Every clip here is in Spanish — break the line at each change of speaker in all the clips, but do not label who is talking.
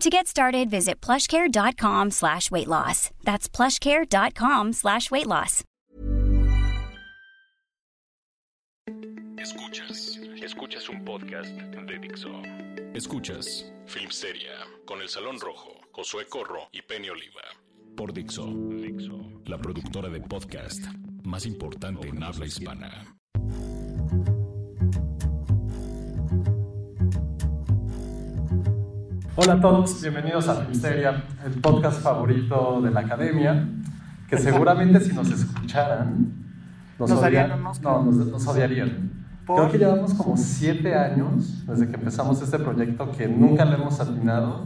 To get started, visit plushcare.com slash weight loss. That's plushcare.com slash weight loss.
Escuchas, escuchas un podcast de Dixo. Escuchas Filmsteria con El Salón Rojo, Josué Corro y Penny Oliva. Por Dixo, Dixo, la productora de podcast más importante en habla hispana.
Hola a todos, bienvenidos a Filmsteria, el podcast favorito de la academia, que seguramente si nos escucharan nos,
Nos
odia-
harían un Oscar.
no, nos, nos odiarían.
¿Por?
Creo que llevamos como siete años desde que empezamos este proyecto que nunca le hemos atinado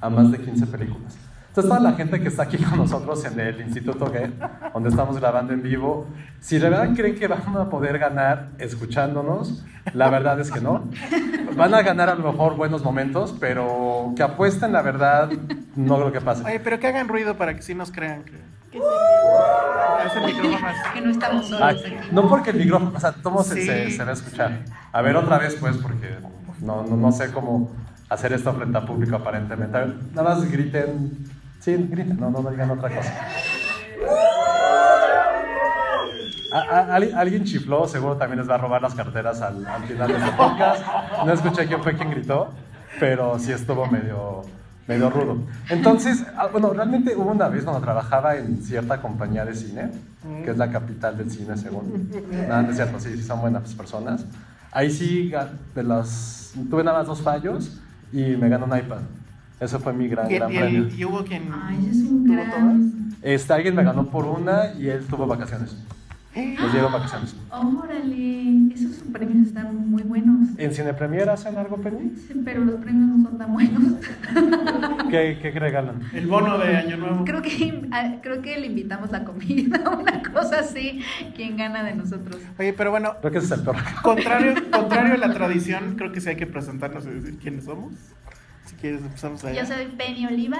a más de 15 películas. Entonces toda la gente que está aquí con nosotros en el Instituto G, donde estamos grabando en vivo, si de verdad creen que van a poder ganar escuchándonos, la verdad es que no. Van a ganar a lo mejor buenos momentos, pero que apuesten, la verdad, no creo que pase.
Oye, pero que hagan ruido para que sí nos crean que. Haz el micrófono más.
que no estamos
Ah,
solos. aquí.
no porque el micrófono, o sea, todo se,
Sí.
se, se va a escuchar. A ver, otra vez, pues, porque no, no, no sé cómo hacer esta frente a público aparentemente. A ver, nada más griten. Sí, griten, no, no, no digan otra cosa. A- a- ali- alguien chifló, seguro también les va a robar las carteras al, al final de este podcast. No escuché quién fue quien gritó, pero sí estuvo medio, medio rudo. Entonces, ah, bueno, realmente hubo una vez cuando trabajaba en cierta compañía de cine, que es la capital del cine, según. Nada, no es cierto, sí, sí son buenas personas. Ahí sí, ga- de las, tuve nada más dos fallos y me ganó un iPad. Eso fue mi gran,
Y,
gran
y
premio.
el- y hubo quien.
Ay, es un
tuvo
gran.
Este, alguien me ganó por una y él tuvo vacaciones.
eh,
Les dieron vacaciones.
Órale, esos premios están muy buenos.
¿En Cine Premier hacen algo, Penny?
Sí, Pero los premios no son tan buenos.
¿Qué, qué regalan?
todas. El bono de Año Nuevo.
creo que ah, creo que le invitamos la comida, una cosa así. ¿Quién gana de nosotros?
Oye, pero bueno,
Creo que ese es el peor. regalo.
contrario, contrario a la tradición, creo que sí hay que presentarnos y decir quiénes somos. Si quieres, empezamos allá.
Yo soy Penny Oliva.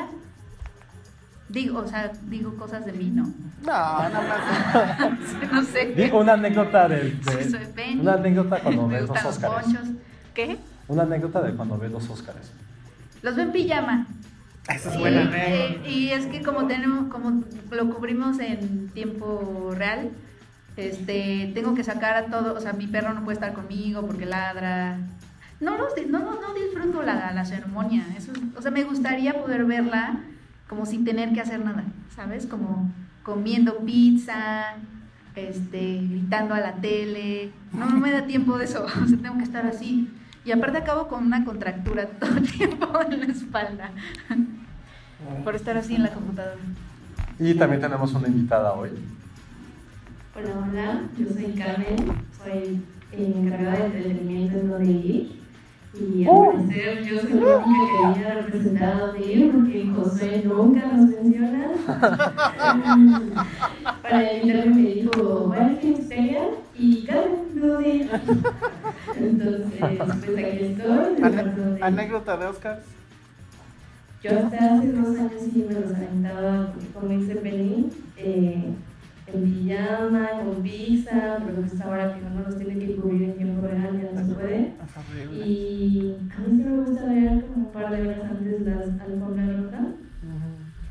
Digo, o sea, digo cosas de mí, no.
No, nada
no sé.
Di una anécdota del- de,
Sí, soy Penny.
una anécdota cuando
Me
ves los
gustan los
Óscares.
ponchos. ¿Qué?
Una anécdota de cuando ves los Óscares.
Los ven pijama.
más. Esa es
Sí,
buena,
eh,
¿eh?
y es que como tenemos, como lo cubrimos en tiempo real, este, tengo que sacar a todo, o sea, mi perro no puede estar conmigo porque ladra. No, los di- no, no, no disfruto la, la ceremonia. Eso es- o sea, me gustaría poder verla como sin tener que hacer nada, ¿sabes? Como comiendo pizza, este, gritando a la tele. No, no me da tiempo de eso. O sea, tengo que estar así. Y aparte acabo con una contractura todo el tiempo en la espalda por estar así en la computadora.
Y también tenemos una invitada hoy.
Hola, hola, yo soy Carmen, soy eh, encargada de entretenimiento en Odeir y al parecer yo soy la única que había representado de ir porque José nunca nos menciona. Para invitarme me dijo, bueno, es que me sería? y Carmen de Odeir. Entonces, pues aquí estoy. hablando
Ane-
de-
Anécdota de Oscars.
yo hasta hace dos años sí me los aventaba, como dice Penny, eh, en pijama, con pizza, pero pues ahora que uno los tiene que cubrir en tiempo real ya no se puede.
Es horrible.
Y a mí sí me gusta ver como un par de horas antes las alfombras rojas,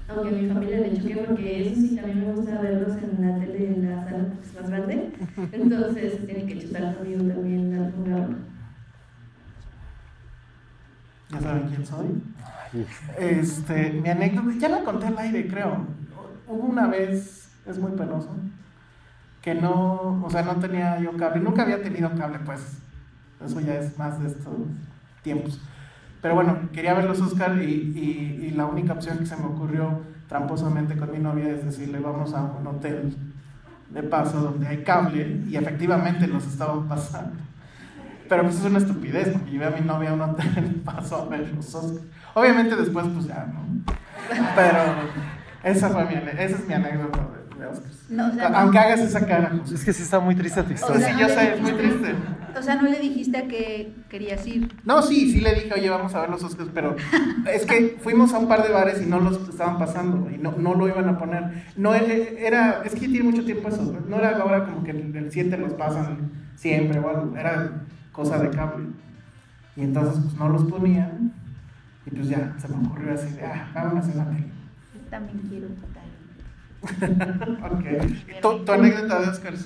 aunque a mi familia le choque porque eso sí, también me gusta verlos en la tele en la sala porque es más grande, entonces tiene que chutar conmigo también la alfombra roja.
Ya saben quién soy. Este, mi anécdota, ya la conté al aire, creo. hubo una vez, es muy penoso, que no, o sea, no tenía yo cable, nunca había tenido cable, pues, eso ya es más de estos tiempos. Pero bueno, quería ver los Oscar y, y- y la única opción que se me ocurrió tramposamente con mi novia es decirle, vamos a un hotel de paso donde hay cable y efectivamente los estaban pasando. Pero pues es una estupidez, porque llevé a mi novia a un hotel de paso a ver los Oscar. Obviamente después pues ya, ¿no? Pero esa, fue mi, ane- esa es mi anécdota de, de Oscars.
No, o sea, no.
Aunque hagas esa cara, José.
Es que sí está muy triste tu
O sea,
historia.
sí,
no
yo
le
sé, es muy
dijiste-
triste.
O sea, no le dijiste a que querías ir.
No, sí, sí le dije, oye, vamos a ver los Oscars, pero es que fuimos a un par de bares y no los estaban pasando y no, no lo iban a poner. No era- era, es que tiene mucho tiempo eso, ¿no? no era ahora como que el el 7 los pasan siempre o algo, era cosa de cable. Y entonces pues no los ponían y pues ya se me ocurrió así de, ah, vámonos en la tele.
Yo también quiero total.
Ok. ¿Tu, tu anécdota de Oscars?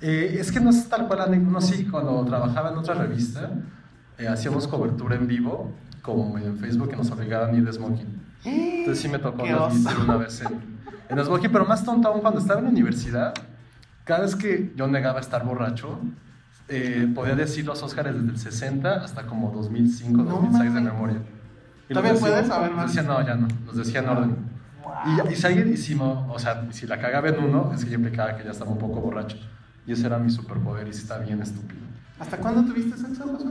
Eh, es que no es tal cual anécdota. No, sí, cuando trabajaba en otra revista, eh, hacíamos cobertura en vivo, como en Facebook, que nos obligaban a ir de smoking. Entonces sí me tocó
Qué
transmitir
oso.
una vez en, en smoking, pero más tonta aún cuando estaba en la universidad, cada vez que yo negaba estar borracho, eh, podía decir los Óscares desde el 60 hasta como 2005,
No
2006 de
mames.
memoria.
¿Todavía
nos decía-
puedes saber más?
nos Decía, no, ya no, nos decía en orden. Y, ya- y si alguien hicimos, o sea, si la cagaba en uno, es que yo implicaba que ya estaba un poco borracho. Y ese era mi superpoder y sí está bien estúpido.
¿Hasta cuándo tuviste sexo, Josué?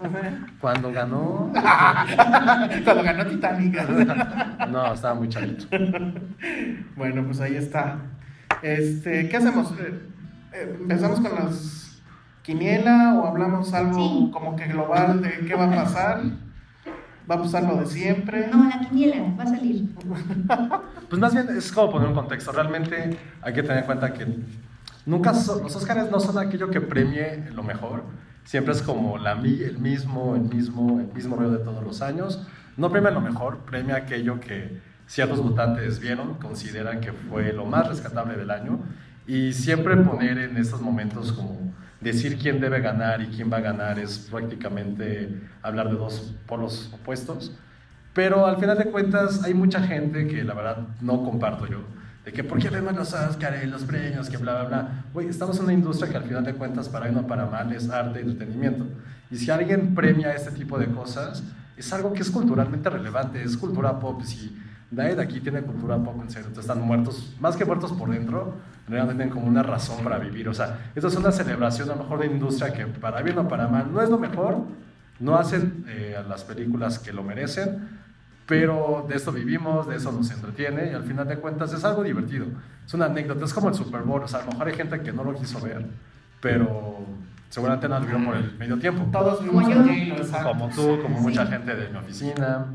Muy bien.
Cuando ganó...
Cuando ganó Titanic.
No, estaba muy chavito.
Bueno, pues ahí está. Este, ¿qué hacemos? Eh, eh, ¿Empezamos con las quiniela o hablamos algo
Sí.
como que global de qué va a pasar? ¿Va a pasar lo de siempre?
No, la quiniela, va a salir.
Pues más bien es como poner un contexto. Realmente hay que tener en cuenta que nunca so- los Óscares no son aquello que premie lo mejor. Siempre es como la, mi- el mismo, el mismo, el mismo rollo de todos los años. No premia lo mejor, premia aquello que ciertos votantes vieron, consideran que fue lo más rescatable del año. Y siempre poner en estos momentos como decir quién debe ganar y quién va a ganar es prácticamente hablar de dos polos opuestos. Pero al final de cuentas hay mucha gente que la verdad no comparto yo. De que, ¿por qué vemos los Óscar, eh, los premios, que bla, bla, bla? Güey, estamos en una industria que al final de cuentas, para bien o para mal, es arte y entretenimiento. Y si alguien premia este tipo de cosas, es algo que es culturalmente relevante, es cultura pop. Si nadie de aquí tiene cultura pop, en serio, entonces están muertos, más que muertos por dentro, realmente tienen como una razón para vivir. O sea, esto es una celebración a lo mejor de industria que, para bien o para mal, no es lo mejor, no hacen eh, a las películas que lo merecen, pero de esto vivimos, de eso nos entretiene y al final de cuentas es algo divertido. Es una anécdota, es como el Super Bowl, o sea, a lo mejor hay gente que no lo quiso ver, pero seguramente no lo vieron por el medio tiempo.
Todos vimos
Como yo.
aquí los
Como tú, como mucha gente de mi oficina.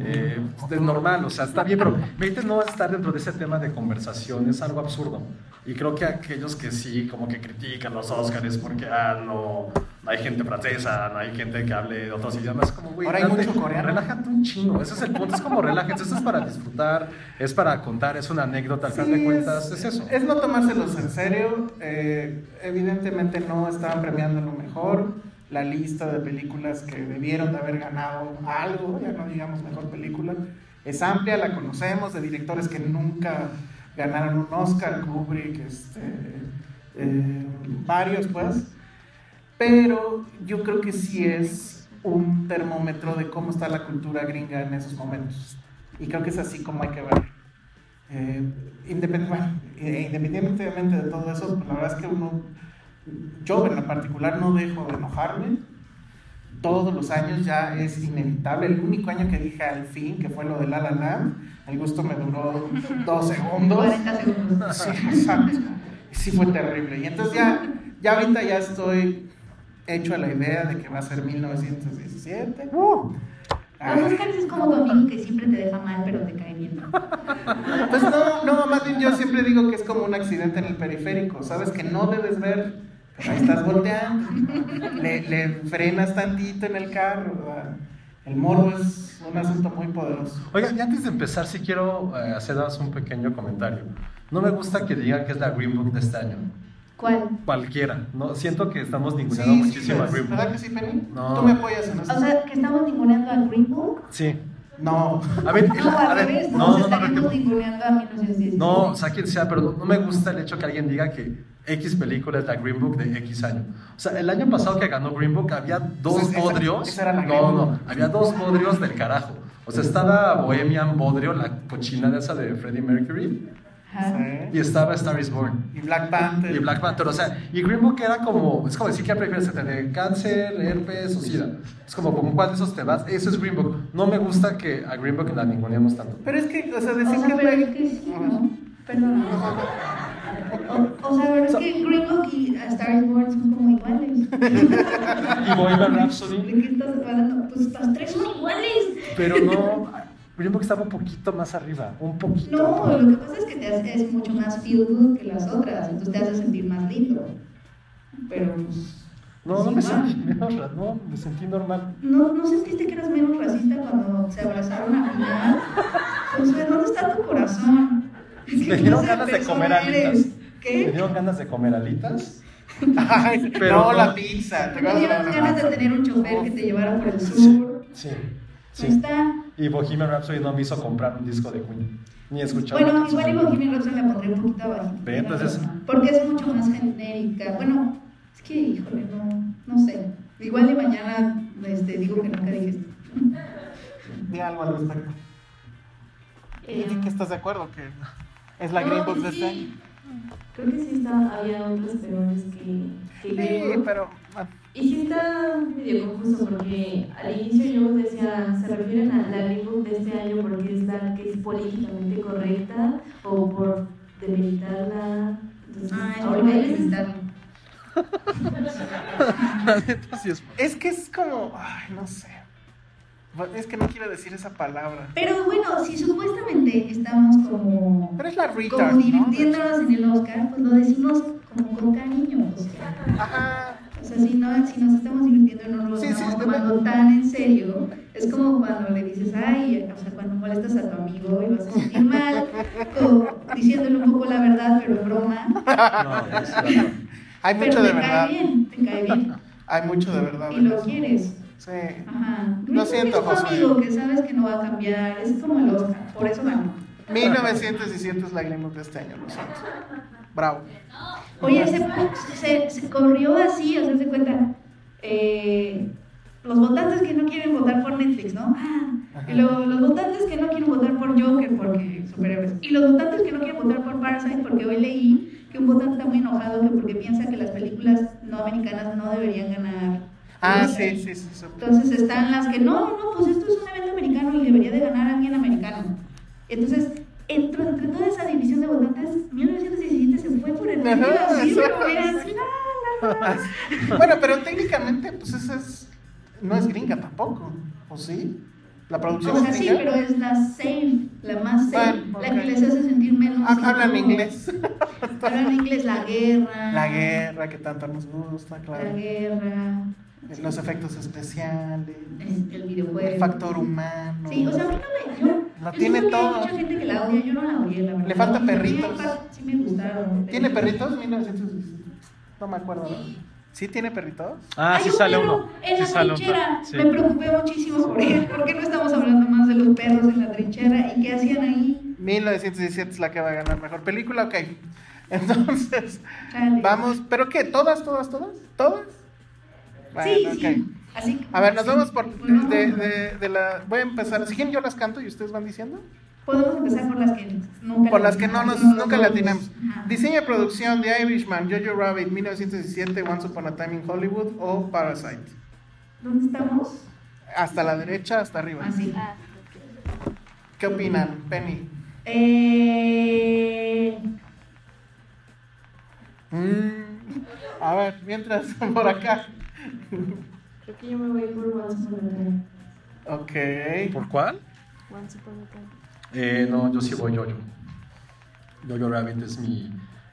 Eh, pues, es normal, o sea, está bien, pero mete no estar dentro de ese tema de conversación, es algo absurdo. Y creo que aquellos que sí, como que critican los Óscares porque, ah, no, no hay gente francesa, no hay gente que hable de otros idiomas, como, güey,
Ahora hay
date,
mucho coreano.
relájate un chingo, ese es el punto, es como relájense, eso es para disfrutar, es para contar, es una anécdota, al
Sí,
final de cuentas, es, eso.
es no tomárselos en serio. eh, evidentemente no estaban premiando lo mejor. La lista de películas que debieron de haber ganado algo, ya no digamos mejor película, es amplia, la conocemos, de directores que nunca ganaron un Oscar, Kubrick, este, eh, varios pues. Pero yo creo que sí es un termómetro de cómo está la cultura gringa en esos momentos. Y creo que es así como hay que verlo. Eh, independ- bueno, eh, independientemente de todo eso, pues, la verdad es que uno, yo en lo particular no dejo de enojarme. Todos los años ya es inevitable. El único año que dije al fin, que fue lo de La La Land, el gusto me duró dos segundos.
40 segundos.
Sí, exacto. Sí fue terrible. Y entonces ya, ya ahorita ya estoy hecho a la idea de que va a ser 1917. ¡Uh! Ah,
Los Oscars es como tu amigo que siempre te deja mal, pero te cae bien.
Pues no, no, más bien yo siempre digo que es como un accidente en el periférico, sabes que no debes ver, pero ahí estás volteando, le, le frenas tantito en el carro, ¿verdad? el morbo es un asunto muy poderoso.
Oigan, y antes de empezar, sí quiero eh, hacer nada más un pequeño comentario. No me gusta que digan que es la Green Book de este año.
¿Cuál?
Cualquiera, ¿no? Siento que estamos
Sí,
ninguneando
sí,
muchísimo a
¿verdad
Green Book.
que sí, Penny?
No.
Tú me apoyas en
O
eso.
sea, que estamos ninguneando al Green Book.
Sí,
No.
A ver, el-
No,
a
al
ver,
revés,
no,
nos
no, no,
estarían
no, que-
ninguneando a 1910.
No, o sea, quien sea, pero no, no me gusta el hecho que alguien diga que X película es la Green Book de X año. O sea, el año pasado que ganó Green Book había dos
Entonces, esa-
bodrios.
esa era la Green
no,
Book.
no, había dos bodrios del carajo. O sea, estaba Bohemian Bodrio, la cochina esa de Freddie Mercury,
Ajá.
y estaba Star is Born.
¿Eh? Y Black Panther.
Y Black Panther, o sea, y Green Book era como, es como decir que prefieres tener cáncer, herpes o sida. Es como, ¿con cuál de esos te vas? Eso es Green Book. No me gusta que a Green Book la ninguneemos tanto.
Pero es que, o sea,
O
decir
sea,
que
pero
Black-
es que sí, ¿no? Perdón. O, o sea, pero es que Green Book y A Star is Born son como iguales.
Y Bohemian Rhapsody.
¿De qué estás hablando? Pues las tres son iguales.
Pero no, Green Book estaba un poquito más arriba, un poquito.
No, lo que pasa es que te hace, es mucho más feel good que las otras, entonces te hace sentir más lindo. Pero pues,
No, no me sentí menos, ra- no, me sentí normal.
¿no, ¿no sentiste que eras menos racista cuando se abrazaron al final? O sea, ¿dónde está tu corazón?
Me
¿Qué
dieron
clase
ganas de
persona
comer alitas.
eres?
Me
¿Qué?
dieron ganas de comer alitas.
Ay,
Pero
no,
no.
la pizza. ¿te
Me
acuerdas de la
dieron ganas de
pizza?
tener un chofer que te llevara por el sur.
Sí,
No
sí.
está.
Y Bohemian Rhapsody no me hizo comprar un disco de Queen, ni escuchar. una
Bueno,
canción
igual y
de Queen.
Bohemian Rhapsody la pondré un poquito bajita.
Ve, entonces-
Porque es mucho más genérica. Bueno, es que, híjole, no, no sé. Igual y mañana este, digo que nunca dije esto.
Di algo al respecto. ¿Y
Eh,
que estás de acuerdo? Que es la Green Book de este año.
Creo que sí está, había otros peruanos que, que
Sí,
yo-
pero. bueno,
Y sí está medio confuso porque al inicio yo decía, se refieren a la Green Book de este año porque es la que es políticamente correcta o por debilitarla. Entonces,
Ay,
ahora
volví a
es-
visitarlo.
La neta sí es.
Es que es como. Ay, no sé. Pues, Es que no quiero decir esa palabra.
Pero bueno, si supuestamente estamos como,
Pero es la
como
retard, ¿no?
divirtiéndonos en el Oscar, pues lo decimos como con cariño. O sea,
Ajá.
o sea, si, no, si nos estamos divirtiendo, no lo
Sí, sí,
estamos
es que-
tomando tan en serio. Es como cuando le dices, ay, o sea, cuando molestas a tu amigo y lo haces sentir mal, como diciéndole un poco la verdad, pero en broma.
No, es verdad.
Hay mucho
pero
de
te
verdad. Ah,
cae bien, te cae bien.
Hay mucho de verdad.
Y
en
lo
eso.
quieres.
Sí.
Ajá.
Lo siento,
es tu
Josué.
amigo que sabes que no va a cambiar. Es como el Oscar, por eso ganó.
1917 es la Green Book de este año, lo siento. Bravo.
Oye, ese punk se, se corrió así, o sea, se cuenta. eh, los votantes que no quieren votar por Netflix, ¿no? Ah, y luego los votantes que no quieren votar por Joker porque superhéroes. Y los votantes que no quieren votar por Parasite porque hoy leí que un votante está muy enojado que porque piensa que las películas no americanas no deberían ganar.
Ah,
Oscar.
sí, sí, sí. sí.
Entonces están las que no, no, no, pues esto es un evento americano y debería de ganar alguien americano. Entonces, entre, entre toda esa división de votantes, 1917 se fue por el
Ajá,
medio así,
exacto.
pero era así, la, la, la.
Bueno, pero técnicamente, pues esa es. No es gringa tampoco. ¿O sí? La producción
O sea,
es
sí,
gringa.
pero es la safe, la más safe,
Bueno,
la
ok.
que les hace sentir menos.
Ha- Hablan
incómodos.
inglés.
Hablan inglés, la guerra.
La guerra que tanto nos gusta,
La
claro.
guerra,
Los efectos especiales.
es el videojuego.
El factor humano.
Sí, o sea, a mí no me. Yo,
La
yo
tiene
sé que hay
todo.
mucha gente que la odia, yo no la odié, la verdad.
Le falta
Sí,
perritos.
Sí, me gustaron.
¿Tiene perritos? 1917. No me acuerdo. ¿no? ¿Sí tiene perritos?
Ah,
Hay un perro En la trinchera. Me preocupé muchísimo por él. ¿Por qué no estamos hablando más de los perros en la trinchera? ¿Y qué hacían ahí?
1917 es la que va a ganar mejor película, ok. Entonces,
Chale.
vamos, ¿pero qué? ¿Todas, todas, todas? ¿Todas?
sí,
Bueno, ok.
sí. Así que- pues,
A ver, nos vamos por.
Bueno,
De, de- de la, voy a empezar. ¿Siguen yo las canto y ustedes van diciendo?
Podemos empezar por las que nunca
Por
le
las que no nos,
atinamos,
nunca le
nos-
atinamos.
Ajá.
Diseño y producción de Irishman, Jojo Rabbit, 1917, Once Upon a Time in Hollywood o Parasite.
¿Dónde estamos?
Hasta la derecha, hasta arriba.
Así.
¿Qué opinan, Penny?
Eh,
Mm, a ver, mientras, por acá.
Creo que yo me voy por Once Upon a Time.
Ok.
¿Por cuál?
Once Upon a Time.
Eh, no, yo sí voy yo. Yo Rabbit es mi,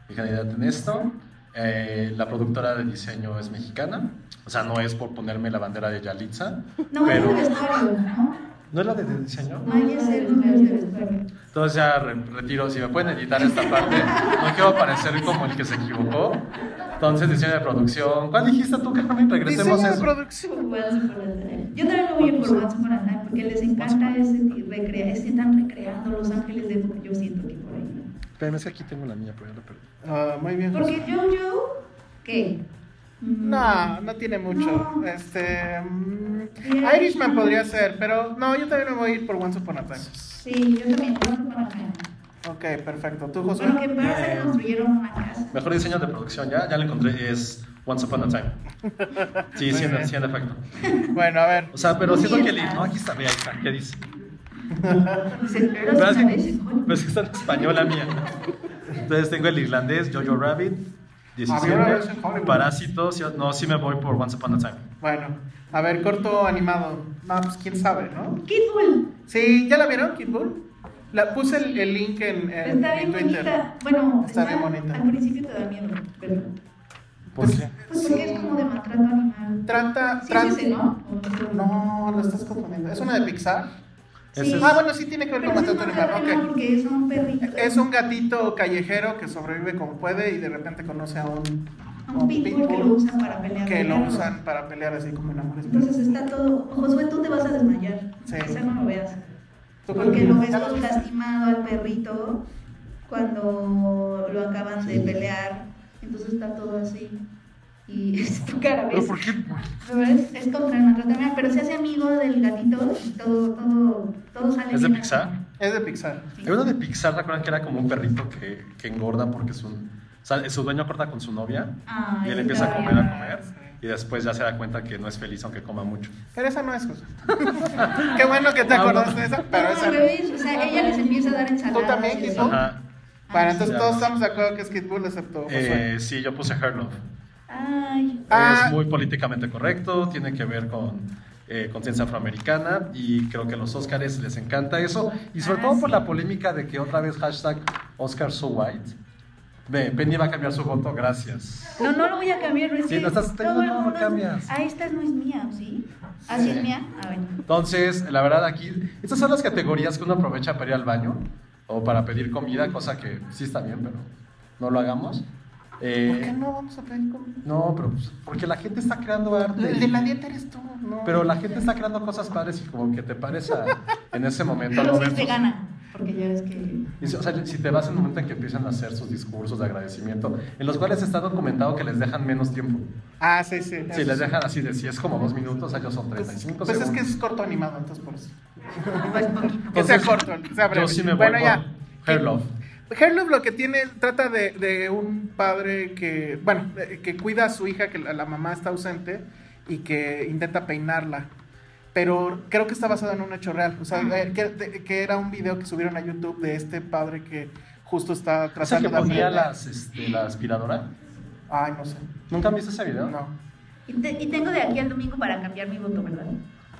mi candidata en esto. Eh, la productora de diseño es mexicana. O sea, no es por ponerme la bandera de Yalitza.
no,
pero
es un vestuario, ¿no?
¿No es la de diseño?
Maya es el diseño de vestuario.
Entonces ya re- retiro, si me pueden editar esta parte, no quiero parecer como el que se equivocó. Entonces, diseño de producción. ¿Cuál dijiste tú, Carmen? Regresemos
Diseño
a
de
eso.
producción.
Once upon a time.
Yo también me voy a ir por Once Upon a Time porque les encanta ese ti- recrea, ese están recreando Los Ángeles de Nueva York, yo siento que por ahí.
Espérame, es que aquí tengo la mía, pero ya la perdí.
Ah, muy bien.
Porque Jojo, ¿qué? Mm,
No, no tiene mucho.
No.
Este. mm,
Yeah.
Irishman podría ser, pero no, yo también me voy a ir por Once Upon a Time.
Sí, yo también, Once Upon a Time.
Ok, perfecto. ¿Tú, José?
Porque para se
Eh,
construyeron una casa.
Mejor diseño de producción, ya, ya lo encontré, es Once Upon a Time. Sí, sí, en, sí, en efecto.
Bueno, a ver.
O sea, pero siento que le. No, aquí está, mira, ahí está, ¿qué dice?
Dices, pero
Pero es,
se
que,
parece.
pero Pues es que está en español la mía. Entonces tengo el irlandés, Jojo Rabbit,
Había una versión
17,
Hollywood.
Parásitos. sí, No, sí me voy por Once Upon a Time.
Bueno, a ver, corto animado. No, pues quién sabe, ¿no?
Kidbull,
Sí, ¿ya la vieron, Kid Bull? La, puse el, el link en, en-
está
Eh, en
bien
Twitter.
bonita. Bueno,
Está bien bonita.
al principio te da miedo, pero.
¿Por qué?
Pues porque es como de maltrato animal.
Trata.
Sí,
tran-
sí, sí, ¿no?
No, lo estás confundiendo. ¿Es una de Pixar?
Ese es-
Ah, bueno, sí tiene que ver
Pero
con
sí es
Matando Animal.
maltrato
ok.
animal porque es un perrito.
Es un gatito callejero que sobrevive como puede y de repente conoce a un,
A un pitbull que lo usan para pelear.
que lo
Claro.
usan para pelear así como en amores
Entonces está todo. Josué, tú te vas a desmayar.
Sí.
Esa no lo veas.
¿Tú
Porque
qué
lo ves
opinas?
todo lastimado al perrito cuando lo acaban de pelear. Entonces está todo así. Y es tu cara, ¿ves?
por qué?
Pero Es, es contra el maltrato animal, pero se hace amigo del gatito y todo, todo, todo sale
¿Es de
bien.
Pixar?
Es de Pixar.
Hay uno de Pixar, ¿te acuerdas que era como un perrito que, que engorda porque su, o sea, su dueño corta con su novia
Ay,
y él empieza a
ya.
comer, a comer y después ya se da cuenta que no es feliz aunque coma mucho.
Pero esa no es cosa. Qué bueno que te acordaste de esa, pero
Ah,
esa
al
no.
revés, o sea, ella les empieza a dar ensaladas.
¿Tú también,
y así.
Kiko?
Ajá.
Bueno, entonces todos estamos de acuerdo que es Kid Bull excepto Josué.
Eh, sí, yo puse Hair Love.
Ay,
Ah.
Es muy políticamente correcto, tiene que ver con eh, conciencia afroamericana y creo que a los Oscars les encanta eso. Y sobre
Ah,
todo por
sí.
la polémica de que otra vez hashtag Oscar so white. Ve, Penny va a cambiar su voto, gracias.
no, no lo voy a cambiar. es
Sí,
que
lo estás-
todo
no,
el
no lo
mundo-
cambias.
Ah, esta no es mía, ¿sí? Ah, sí es mía. A ver.
Entonces, la verdad aquí, estas son las categorías que uno aprovecha para ir al baño o para pedir comida, cosa que sí está bien, pero no lo hagamos. Eh,
¿Por qué no vamos a pedir comida?
No, pero pues, porque la gente está creando arte.
El de la dieta eres tú, no.
eh, Pero la gente está creando cosas padres y como que te pares a- en ese momento.
Pero
¿no?
sí es
Ves-
vegana, porque ya ves que.
Y si- o sea, si te vas en el momento en que empiezan a hacer sus discursos de agradecimiento, en los cuales está documentado que les dejan menos tiempo.
Ah, sí, sí.
Si
eso
les
sí.
dejan así de si es como dos minutos, a ellos son
Pues,
35
pues es que
segundos.
es corto animado, entonces por eso.
Pues poquito.
Que sea
Entonces,
corto, que sea breve.
Yo sí me voy
bueno,
por
ya.
Hair Love.
Hair Love lo que tiene, trata de, de un padre que, bueno, eh, que cuida a su hija, que la, la mamá está ausente y que intenta peinarla. Pero creo que está basado en un hecho real. O sea, eh, que, de- que era un video que subieron a YouTube de este padre que justo
O
está
sea,
tratando
que ponía
aprender.
las, este, la aspiradora.
Ay, no sé.
¿Nunca viste ese video?
No.
Y, te- y tengo de aquí al domingo para cambiar mi voto, ¿verdad?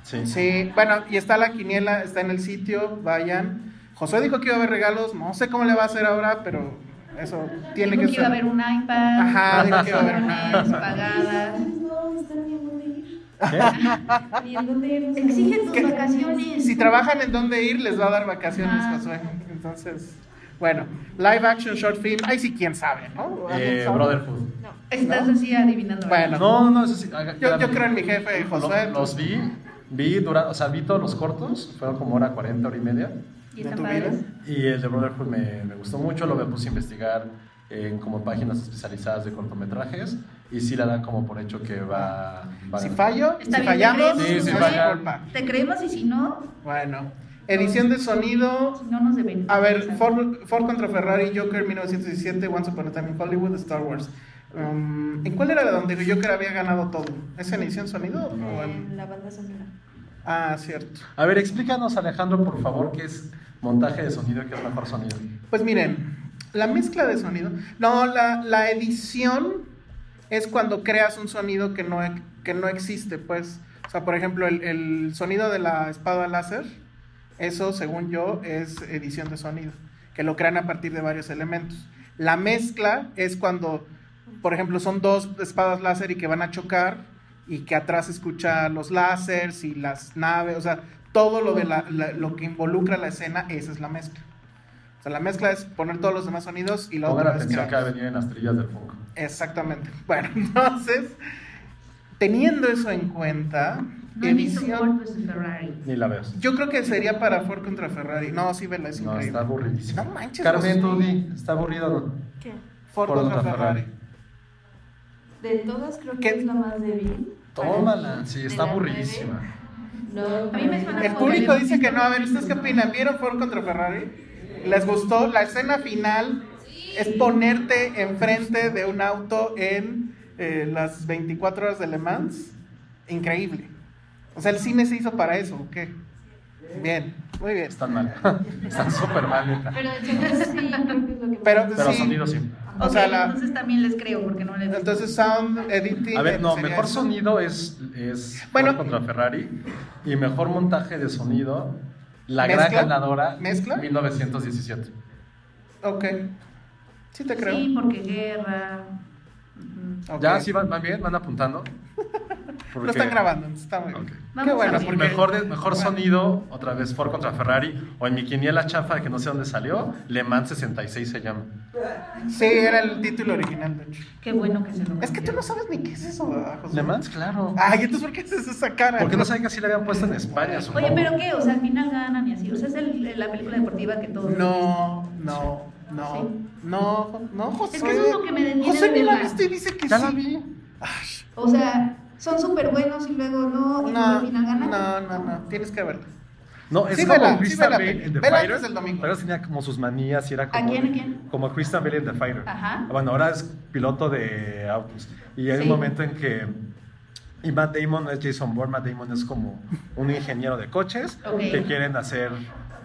Sí. Eh,
Sí, bueno, y está la quiniela, está en el sitio, vayan. José dijo que iba a haber regalos, no sé cómo le va a hacer ahora, pero eso tiene
Dijo
que
que iba a
ser.
haber un iPad.
Ajá, dijo que iba a haber un
opciones
iPad.
pagadas.
No, están bien dónde ir.
¿Qué?
Bien dónde ir. no saben.
Exige tus
¿Qué?
vacaciones.
Si trabajan en dónde ir, les va a dar vacaciones,
Ah.
Josué. Entonces, bueno, live action, short film, ahí sí, quién sabe, ¿no? ¿Alguien
Eh,
sabe?
Brotherhood.
Estás así adivinando.
Bueno.
No, no, eso sí. haga-
Yo, yo creo en mi jefe, Josué.
Lo- Los vi, vi, dura, o sea, vi todos los cortos, fueron como hora 40, hora y media.
¿Y
¿De
están
tu
padres?
vida?
Y el de Brotherhood me, me gustó mucho, lo me puse a investigar en como páginas especializadas de cortometrajes y sí la dan como por hecho que va... va a
Si
ganar.
fallo,
Está
si
bien, ¿eh?
fallamos,
te creemos.
Sí, si
es
falla.
culpa.
Te creemos y si no,
Bueno, edición de sonido.
si no nos deben.
A ver, Ford, Ford contra Ferrari, Joker 1917, Once Upon a Time in Hollywood, Star Wars. Um, ¿En cuál era donde Joker había ganado todo? ¿Es en edición sonido? o
eh,
en-
En la banda sonora.
Ah, cierto.
A ver, explícanos Alejandro, por favor, qué es montaje de sonido y qué es mejor sonido.
Pues miren, la mezcla de sonido. No, la, la edición es cuando creas un sonido que no, e- que no existe, pues. O sea, por ejemplo, el, el sonido de la espada láser, eso según yo es edición de sonido, que lo crean a partir de varios elementos. La mezcla es cuando, por ejemplo, son dos espadas láser y que van a chocar y que atrás se escucha los láseres y las naves, o sea, todo lo, de la- la- lo que involucra la escena, esa es la mezcla. O sea, la mezcla es poner todos los demás sonidos y la
Pongan
otra vez
atención que ha
creamos.
venido en las trillas del funk.
Exactamente. Bueno, entonces, teniendo eso en cuenta,
No he visto
Elysium-
Ford versus Ferrari.
Ni la veas.
yo creo que sería para Ford contra Ferrari. No, sí, vela, es
No,
increíble.
está aburridísimo.
No manches,
Carmen,
pues,
tú di, está aburrido, ¿no?
¿Qué?
Ford,
Ford
contra
contra
Ferrari.
De todas creo que
¿Qué?
es la más débil.
Tómala. Sí, está
De la
aburridísima.
No,
A mí me suena
El público dice que no. A ver, ¿ustedes qué opinan? ¿Vieron Ford contra Ferrari? ¿Les gustó? La escena final es ponerte enfrente de un auto en eh, las 24 horas de Le Mans. Increíble. O sea, el cine se hizo para eso, ¿o qué? Bien, muy bien.
Están mal. Están súper mal, neta.
Pero el sonido sí, creo que es lo que
Pero,
Pero
sí,
sonido sí.
O sea,
Ok,
la-
entonces también les creo porque no le vi.
Entonces, sound editing.
A ver, no,
sería
mejor
eso.
sonido es, es Ford
Bueno.
contra Ferrari y mejor montaje de sonido, la
¿Mezcla?
gran ganadora,
¿Mezcla?
1917.
Ok. Sí, te creo.
Sí, porque guerra. Ujú.
Ok.
Ya, sí, van, van bien, van apuntando.
Lo están grabando, está muy bien.
Ok.
Vamos
Qué
a
bueno,
ver.
porque
Mejor, de- mejor sonido, otra vez Ford contra Ferrari, o en mi quiniela chafa que no sé dónde salió, Le Mans 66 se llama.
Sí, era el título original, de hecho.
Qué bueno que se lo
Es que tú
cambiaron.
no sabes ni qué es eso, ¿verdad, José?
Le Mans, claro.
Ay, entonces, ¿por qué haces esa cara?
Porque no saben que así le habían puesto en España, supongo.
Oye, pero qué, o sea, al final ganan y así. O sea, es el- la película deportiva que todos.
No, no, no, no, no, José.
Es que eso es lo que me detiene
José
de
ni la
verla.
viste y dice que
Ya
sí.
la vi.
O sea, son súper buenos y luego no, y luego
No,
al final ganan.
no, no, no, tienes que verla.
No, es
Sí,
como
vela, sí,
Christian
vela,
Bale en The
vela
Fighter.
antes del domingo.
Pero tenía como sus manías y era como.
¿A quién, a quién?
Como Christian Bale en The Fighter. Ah,
Ajá.
Bueno, ahora es piloto de autos. Y hay
Sí.
un momento en que. Y Matt Damon no es Jason Bourne, Matt Damon es como un ingeniero de coches
Ok.
que quieren hacer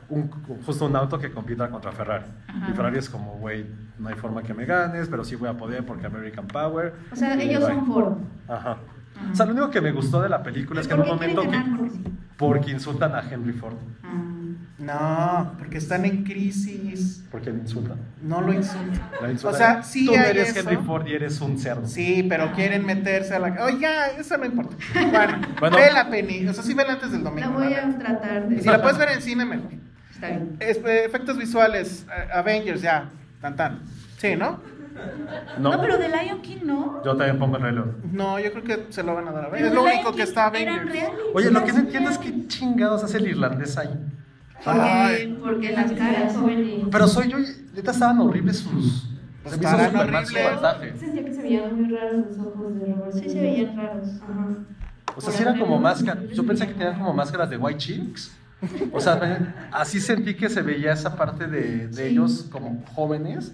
un, justo un auto que compita contra Ferrari.
Ajá.
Y Ferrari es como, güey, no hay forma que me ganes, pero sí voy a poder porque American Power.
O sea,
Y
ellos
bye.
son Ford.
Ajá. O sea, lo único que me gustó de la película es que en un
¿Por qué quieren
momento que,
ganar? Porque sí.
porque insultan a Henry Ford,
Ah,
No, porque están en crisis.
porque le insultan.
No
Ah.
lo insultan.
La
O
insultan.
sea, sí
tú no
hay
eres
eso.
Henry Ford y eres un cerdo.
Sí, pero quieren meterse a la. Oye, ya, eso no importa. Bueno,
Bueno.
vela, Penny. O sea, sí, vela antes del domingo.
La voy
la
a
neta.
tratar de.
Y si la puedes ver en cine, mejor.
Está bien.
Es- eh, Efectos visuales, eh, Avengers, ya. Tan, tan. Sí, ¿no?
No,
No,
pero de Lion King no.
yo también pongo el reloj.
No, yo creo que se lo van a dar a ver.
Pero
Es lo
Lion
único
King
que está
Eran
Avengers.
reales.
Oye, lo
eran
que no entiendo es
reales.
qué chingados hace el irlandés ahí.
Ay.
Porque, porque las caras.
jóvenes.
Pero soy yo, y neta estaban horribles sus. se me
Pues
hizo
estaban
súper mal su
horribles.
montaje.
Sentía que se veían muy raros los ojos de Robert.
Sí, se
Rodríguez.
veían raros.
Ajá.
O sea, sí eran como máscaras. Yo pensé que tenían como máscaras de White Chicks. O sea, así sentí que se veía esa parte de, de ellos como jóvenes.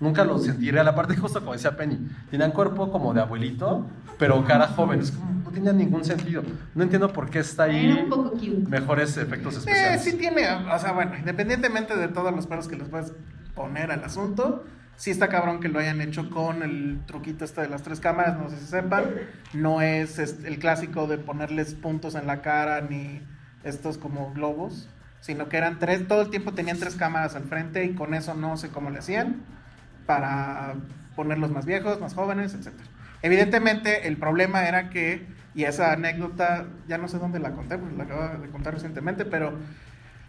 Nunca lo sentí real. Aparte, justo como decía Penny, tenían cuerpo como de abuelito, pero cara joven. Es como, no tenía ningún sentido. No entiendo por qué está ahí
Era un poco cute.
mejores efectos
Eh,
especiales.
sí tiene, o sea, bueno, independientemente de todos los perros que les puedes poner al asunto, sí está cabrón que lo hayan hecho con el truquito este de las tres cámaras, no sé si sepan, no es este, el clásico de ponerles puntos en la cara ni estos como globos, sino que eran tres, todo el tiempo tenían tres cámaras al frente y con eso no sé cómo le hacían para ponerlos más viejos, más jóvenes, etc. Evidentemente el problema era que, y esa anécdota ya no sé dónde la conté, porque la acabo de contar recientemente, pero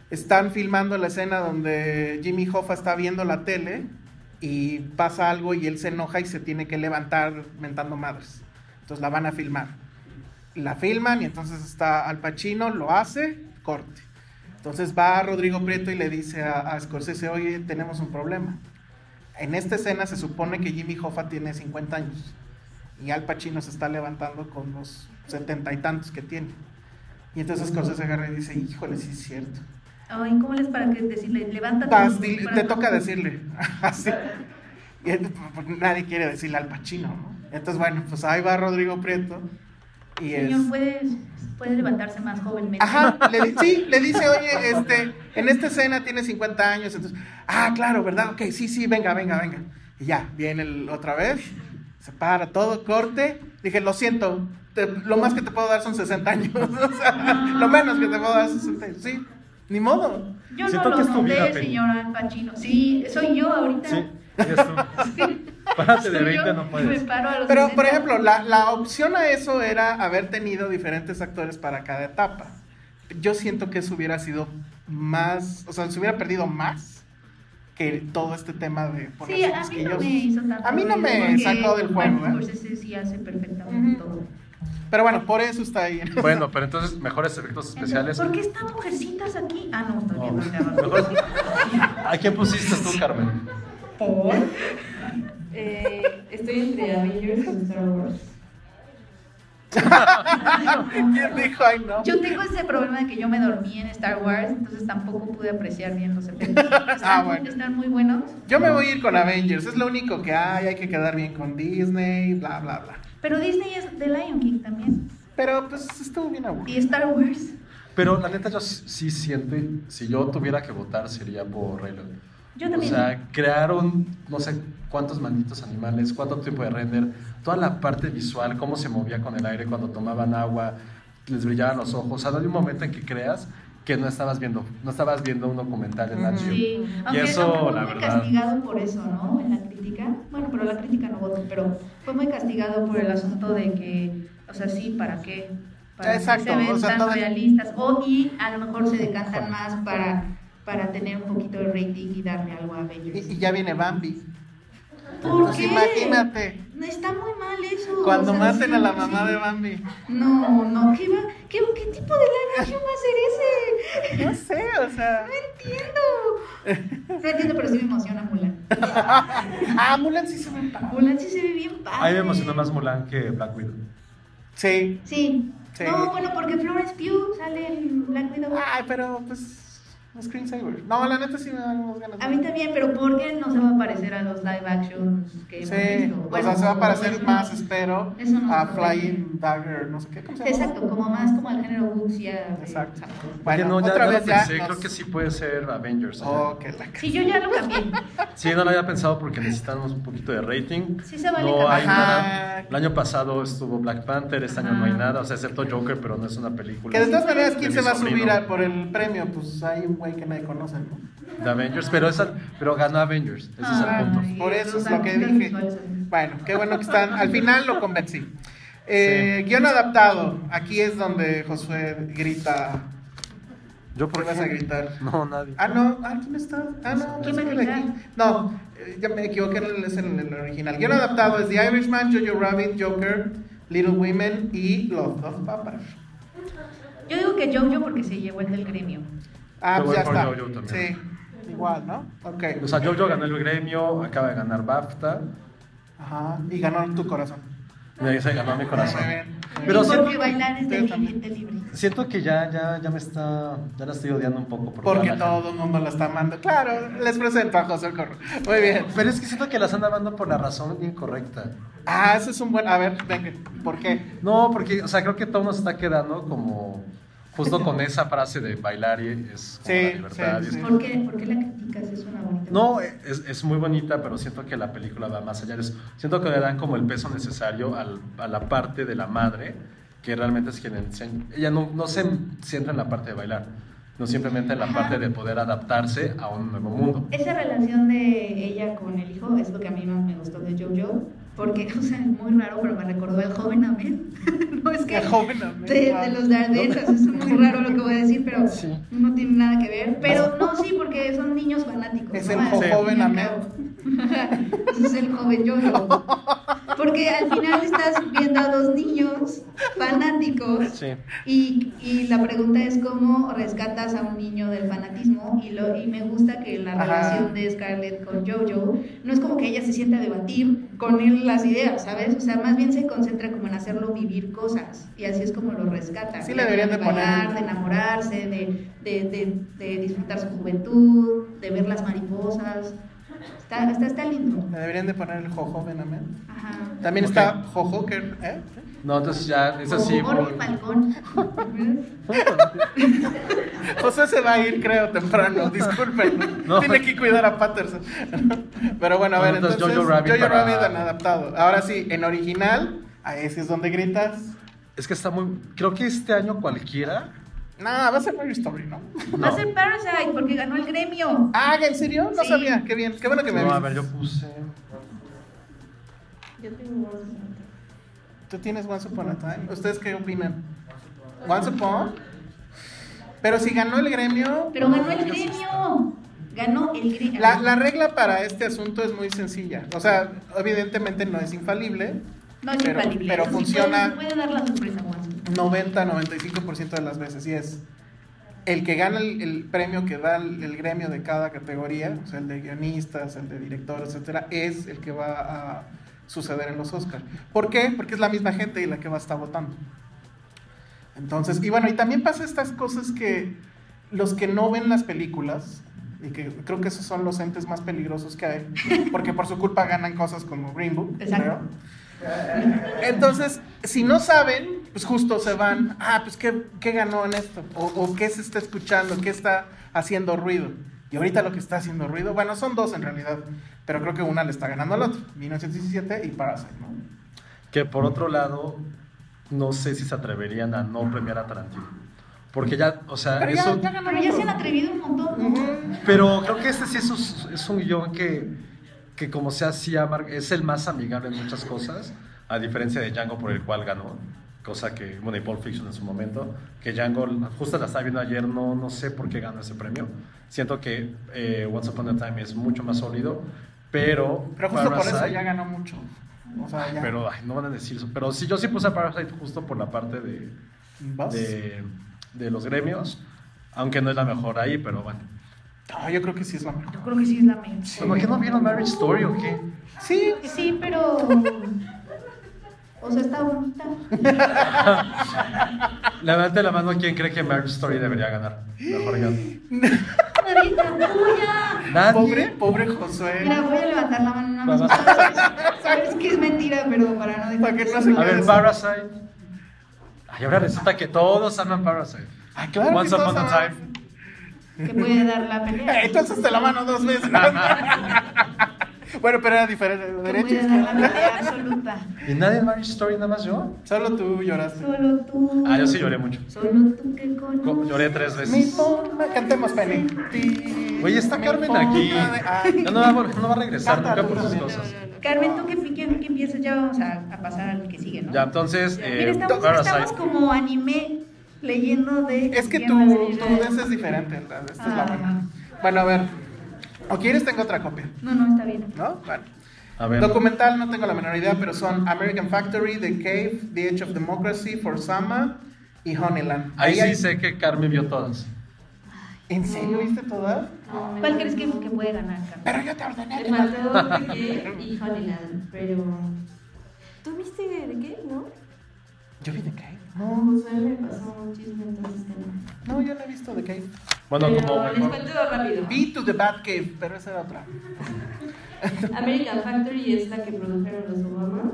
están filmando la escena donde Jimmy Hoffa está viendo la tele y pasa algo y él se enoja y se tiene que levantar mentando madres. Entonces la van a filmar. La filman y entonces está Al Pacino, lo hace, corte. Entonces va Rodrigo Prieto y le dice a, a Scorsese, oye, tenemos un problema. En esta escena se supone que Jimmy Hoffa tiene 50 años y Al Pacino se está levantando con los setenta y tantos que tiene. Y entonces Scorsese agarra y dice, híjole, sí es cierto.
Ay, ¿cómo les para que decirle? Levántate.
Vas, dile-
para-
te toca decirle. Así. Y él, pues, nadie quiere decirle al Pachino, ¿no? Entonces, bueno, pues ahí va Rodrigo Prieto. Y es...
Señor, puedes, puedes levantarse más jovenmente.
Ajá, le, di- sí, le dice, oye, este, en esta escena tiene 50 años, entonces, ah, claro, ¿verdad? Ok, sí, sí, venga, venga, venga. Y ya, viene el- otra vez, se para todo, corte. Dije, lo siento, te- lo más que te puedo dar son 60 años. o sea, lo menos que te puedo dar son 60 años. Sí, ni modo.
Yo
Siento
no
que
lo
es tu vida,
noté,
Penny.
señor Al Pacino. Sí, soy yo ahorita.
Sí, eres tú. Párate de
Soy
20,
yo
no
y Me
puedes.
paro a los
Pero,
60.
por ejemplo, la, la opción a eso era haber tenido diferentes actores para cada etapa. yo siento que eso hubiera sido más, o sea, se hubiera perdido más que todo este tema de
Sí,
ponerse
a mí no
quisquillosos.
me hizo tanto
A mí no
ruido,
me
porque
sacó del juego,
Martin
¿eh?
Scorsese sí hace perfectamente
Ujú.
todo.
Pero bueno, por eso está ahí.
Bueno, pero entonces, mejores efectos especiales. Oh.
¿Por qué están mujercitas aquí? Ah, no, estoy viendo el terror.
Mejores- ¿A quién pusiste tú, Carmen?
¿Por? Eh, estoy entre Avengers y Star Wars.
¿Quién dijo ay no?
Yo tengo ese problema de que yo me dormí en Star Wars, entonces tampoco pude apreciar bien los efectos. Están,
Ah, bueno.
están muy buenos,
Yo me voy a ir con Avengers, es lo único que hay, hay que quedar bien con Disney, bla, bla, bla.
pero Disney es de Lion King también.
Pero pues estuvo bien aburrido.
Y Star Wars.
Pero la neta, yo sí sí siento, y si yo tuviera que votar, sería por Rey León.
Yo
O
también.
sea, crearon no sé cuántos malditos animales, cuánto tipo de render, toda la parte visual, cómo se movía con el aire cuando tomaban agua, les brillaban los ojos. O sea, no hay un momento en que creas que no estabas viendo, no estabas viendo un documental en la
Sí, aunque,
Y eso,
aunque fue
la
muy
verdad.
castigado por eso, ¿no? En la crítica. Bueno, pero la crítica no votó, pero fue muy castigado por el asunto de que, o sea, sí, ¿para qué? Para
Exacto,
que se ven
o sea,
tan
todo-
realistas. O y a lo mejor se decantan más para, para tener un poquito de rating y darle algo
Y,
a Avengers.
y ya viene Bambi.
¿Por
Pues
qué?
imagínate,
No, Está muy mal eso.
cuando
o sea,
maten
sí,
a la
sí.
mamá de Bambi.
No, no, ¿qué, va, qué, qué tipo de live action va a ser ese?
No sé, o sea.
No entiendo. No entiendo, pero sí me emociona Mulan.
Ah, Mulan sí se ve padre.
Mulan sí se ve bien padre.
A mí me emocionó más Mulan que Black Widow.
Sí.
Sí.
Sí.
No, bueno, porque Florence Pugh sale en Black Widow.
Ay, pero pues. Screensaver. No, la neta sí me dan unas ganas.
A mí también, pero porque no se va a parecer a los live actions que hemos
Sí,
visto?
o
Bueno,
sea, se va a parecer
eso-
más, espero,
eso no
a
es problema.
Flying Dagger, no sé qué. ¿cómo se llama?
Exacto, como más como al género eh, Wuxia. de
Exacto.
Japón.
Bueno,
Oye, no, ya,
otra
ya lo
vez ya.
pensé,
nos-
creo que sí puede ser Avengers.
Oh, qué la c-
Sí, yo ya lo cambié.
Sí, no lo había pensado porque necesitamos un poquito de rating.
Sí se vale
no
cambiar.
hay
Ajá.
nada. El año pasado estuvo Black Panther, este año no hay
Ajá.
nada, o sea, excepto Joker, pero no es una película.
Que de todas maneras,
De
¿quién
mi
se va a
sobrino.
subir a- por el premio? Pues hay un güey que nadie conoce, ¿no?
De Avengers, pero, esa, pero ganó Avengers, ese es
Ay,
el punto.
Por eso
los
es lo que
artistas
dije.
visuales.
Bueno, qué bueno que están. Al final lo convencí. Eh, Guión adaptado. Aquí es donde Josué grita.
Yo
¿Por qué vas a gritar?
No, nadie.
Ah, no, ah, ¿quién está? Ah, no, pensé
¿Quién va a
que era
gritar?
aquí. No, eh, ya me equivoqué, en el- es en el original. Guión adaptado es The Irishman, Jojo Rabbit, Joker, Little Women y Los dos papas.
Yo digo que Jojo porque se llevó el del gremio.
Ah,
Yo
pues ya
voy por
está.
Jojo también.
Sí, igual, ¿no? Ok.
O sea, Jojo ganó el gremio, acaba de ganar BAFTA,
Ajá, y ganó tu corazón.
me dice ganó mi corazón.
Muy bien.
Pero
y
siento,
porque bailar es de
Ustedes también.
libre, de libre.
siento que ya, ya, ya me está, ya la estoy odiando un poco.
Porque
la-
todo el mundo la está amando. Claro, les presento a José Corro. Muy bien.
Pero es que siento que la están amando por la razón incorrecta.
Ah, eso es un buen. A ver, venga, ¿por qué?
No, porque, o sea, creo que todo nos está quedando como justo con esa frase de bailar y es como
Sí,
la libertad.
sí,
y es-
sí.
¿Por qué, por qué la criticas? Es una bonita.
No, es, es muy bonita, pero siento que la película va más allá de eso. Siento que le dan como el peso necesario al- a la parte de la madre, que realmente es quien enseña. Ella no, no se centra en la parte de bailar, no simplemente en la
Ajá.
parte de poder adaptarse a un nuevo mundo.
Esa relación de ella con el hijo es lo que a mí más me gustó de Jojo, porque, o sea, es muy raro, pero me recordó al joven Ahmed. no es que.
El joven Ahmed,
De, de
claro.
los Dardenes, es muy raro lo que voy a decir, pero
Sí.
no tiene nada que ver. Pero no, sí, porque son niños fanáticos.
Es
¿no?
el
Al fin y al
joven Ahmed.
cabo. es el joven Jojo. Porque al final estás viendo a dos niños fanáticos
Sí.
y, y la pregunta es cómo rescatas a un niño del fanatismo y, lo, y me gusta que la
Ajá.
relación de Scarlett con Jojo no es como que ella se sienta a debatir con él las ideas, ¿sabes? O sea, más bien se concentra como en hacerlo vivir cosas y así es como lo rescata.
Sí le deberían de poner-
bailar, de enamorarse, de, de, de- de disfrutar su juventud, de ver las mariposas. Está, está, está lindo.
Me deberían de poner el Jojo Benamén.
Ajá.
También
Ok.
está Jojo, que. ¿eh?
No, entonces ya, es
Como
así.
Jorge Falcón.
José se va a ir, creo, temprano. Disculpen.
No.
Tiene que cuidar a Patterson. Pero bueno, a ver,
Entonces,
entonces.
Jojo Rabbit
Jojo
para-
Rabbit en adaptado. Ahora sí, en original, ahí sí es donde gritas.
Es que está muy. Creo que este año cualquiera.
Nah, va a ser Mary Story, ¿no?
Va a ser Parasite porque ganó el gremio.
Ah, ¿en serio? No
Sí.
sabía. Qué bien. Qué bueno que me
No, a
avisas.
ver, yo puse.
Yo tengo Wars Hunter.
Tú tienes Once Upon a Time. ¿Ustedes qué opinan? Once Upon. Pero si ganó el gremio.
Pero ganó el gremio. Ganó el gremio.
La, la regla para este asunto es muy sencilla. O sea, evidentemente no es infalible.
no es
pero-
infalible.
pero
sí puede-
funciona.
Puede, dar la sorpresa, Juan.
90-95% de las veces. Y es el que gana el, el premio que da el, el gremio de cada categoría, o sea, el de guionistas, el de directores, etcétera, es el que va a suceder en los Oscars. ¿Por qué? Porque es la misma gente y la que va a estar votando. Entonces, y bueno, y también pasa estas cosas que los que no ven las películas, y que creo que esos son los entes más peligrosos que hay, porque por su culpa ganan cosas como Green Book.
Exacto.
creo. Entonces, si no saben, pues justo se van, ah, pues qué, qué ganó en esto, o, o qué se está escuchando, qué está haciendo ruido. Y ahorita lo que está haciendo ruido, bueno, son dos en realidad, pero creo que una le está ganando al otro, 1917 y Parasite, ¿no?
Que por otro lado, no sé si se atreverían a no premiar a Tarantino. Porque ya, o sea,
Pero ya-
eso.
ya ganó
Pero ya se han atrevido un montón. ¿no?
Pero creo que este sí es un, es un guión que, que como sea, sí amar- es el más amigable en muchas cosas, a diferencia de Django por el cual ganó, cosa que, bueno, y Pulp Fiction en su momento, que Django, justo la estaba viendo ayer, no, no sé por qué ganó ese premio. Siento que eh, Once Upon a Time es mucho más sólido, pero...
Pero justo por eso
Parasite-
ya ganó mucho. O sea, ya.
Pero, ay, no van a decir eso. Pero sí, yo sí puse a Parasite justo por la parte de,
¿Vas?
de, de los gremios, aunque no es la mejor ahí, pero bueno.
Ah, yo creo que sí es la mejor.
Yo creo que sí es la mente.
¿Por qué no vieron Marriage Story o qué?
Sí,
Sí, pero. O sea, está bonita.
Levante la mano quien cree que Marriage Story debería ganar. Mejor guión.
Marita, tuya.
Nadie.
pobre, pobre Josué.
Mira, voy a levantar la mano nada más. Sabes que es mentira, pero para no dejar
Para que no se
A
quede
ver,
así.
Parasite. Ay, ahora resulta que todos aman Parasite.
Ah, claro.
Once
que todos
upon a
saben.
time.
que puede dar la pelea.
Eh, Entonces te la mano dos veces. bueno, pero era diferente.
Que
derecha,
puede dar la
izquierda.
pelea absoluta.
¿Y nadie en Marriage Story nada más yo?
Solo tú lloraste.
Solo tú.
Ah, yo sí lloré mucho.
Solo tú que
Co-
conoces.
Lloré tres
Mi
veces.
forma, cantemos Penny.
Oye, está Carmen aquí.
Ay,
Ya no va, a vol- no va a regresar nunca
Cántalo
por sus
también.
cosas.
Carmen, tú que, que, que empiezas, ya vamos a, a pasar al que sigue, ¿no?
Ya, entonces, eh,
Mira, estamos, estamos
Parasite.
como anime leyendo de.
Es que tu,
guiones de-
tu de esa es diferente. la- Esta es la
Ah.
buena. Bueno, a ver. ¿O quieres? Tengo otra copia.
No, no, está bien.
¿No? Bueno.
A ver.
Documental, no tengo la menor idea, pero son American Factory, The Cave, The Edge of Democracy, For Sama y Honeyland.
Ahí
hay-
sí sé que Carmen vio todas.
¿En serio viste todas?
¿Cuál crees que, que puede ganar, Carmen?
Pero yo te ordené
Me
que no-
faltó de qué y Honeyland, pero. ¿Tú viste de qué? ¿No?
Yo vi The Cave.
No, Josué me pasó un chisme entonces que no.
No, yo no he visto The Cave.
Bueno, como
Pero les
mejor.
cuento rápido.
Vi To The Bad Cave, pero esa era otra.
American Factory es la que produjeron los Obama,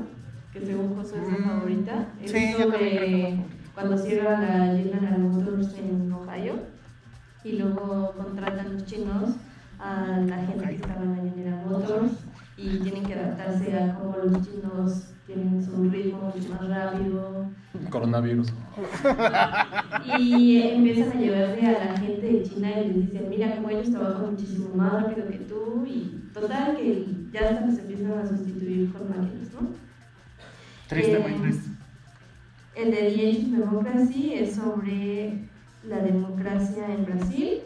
que según Josué es
Mm.
su favorita. Es
Sí, yo también creo que es
sobre cuando cierran la General Motors en Ohio y luego contratan los chinos a la gente que estaba en la General Motors y tienen que adaptarse a cómo los chinos tienen su ritmo mucho más rápido,
Coronavirus.
y eh, empiezan a llevarse a la gente de China y les dicen, mira cómo ellos trabajan muchísimo más rápido que tú y total que ya hasta los empiezan a sustituir con máquinas, ¿no?
Triste, muy
Eh,
triste.
El de The Age of Democracy es sobre la democracia en Brasil.
Y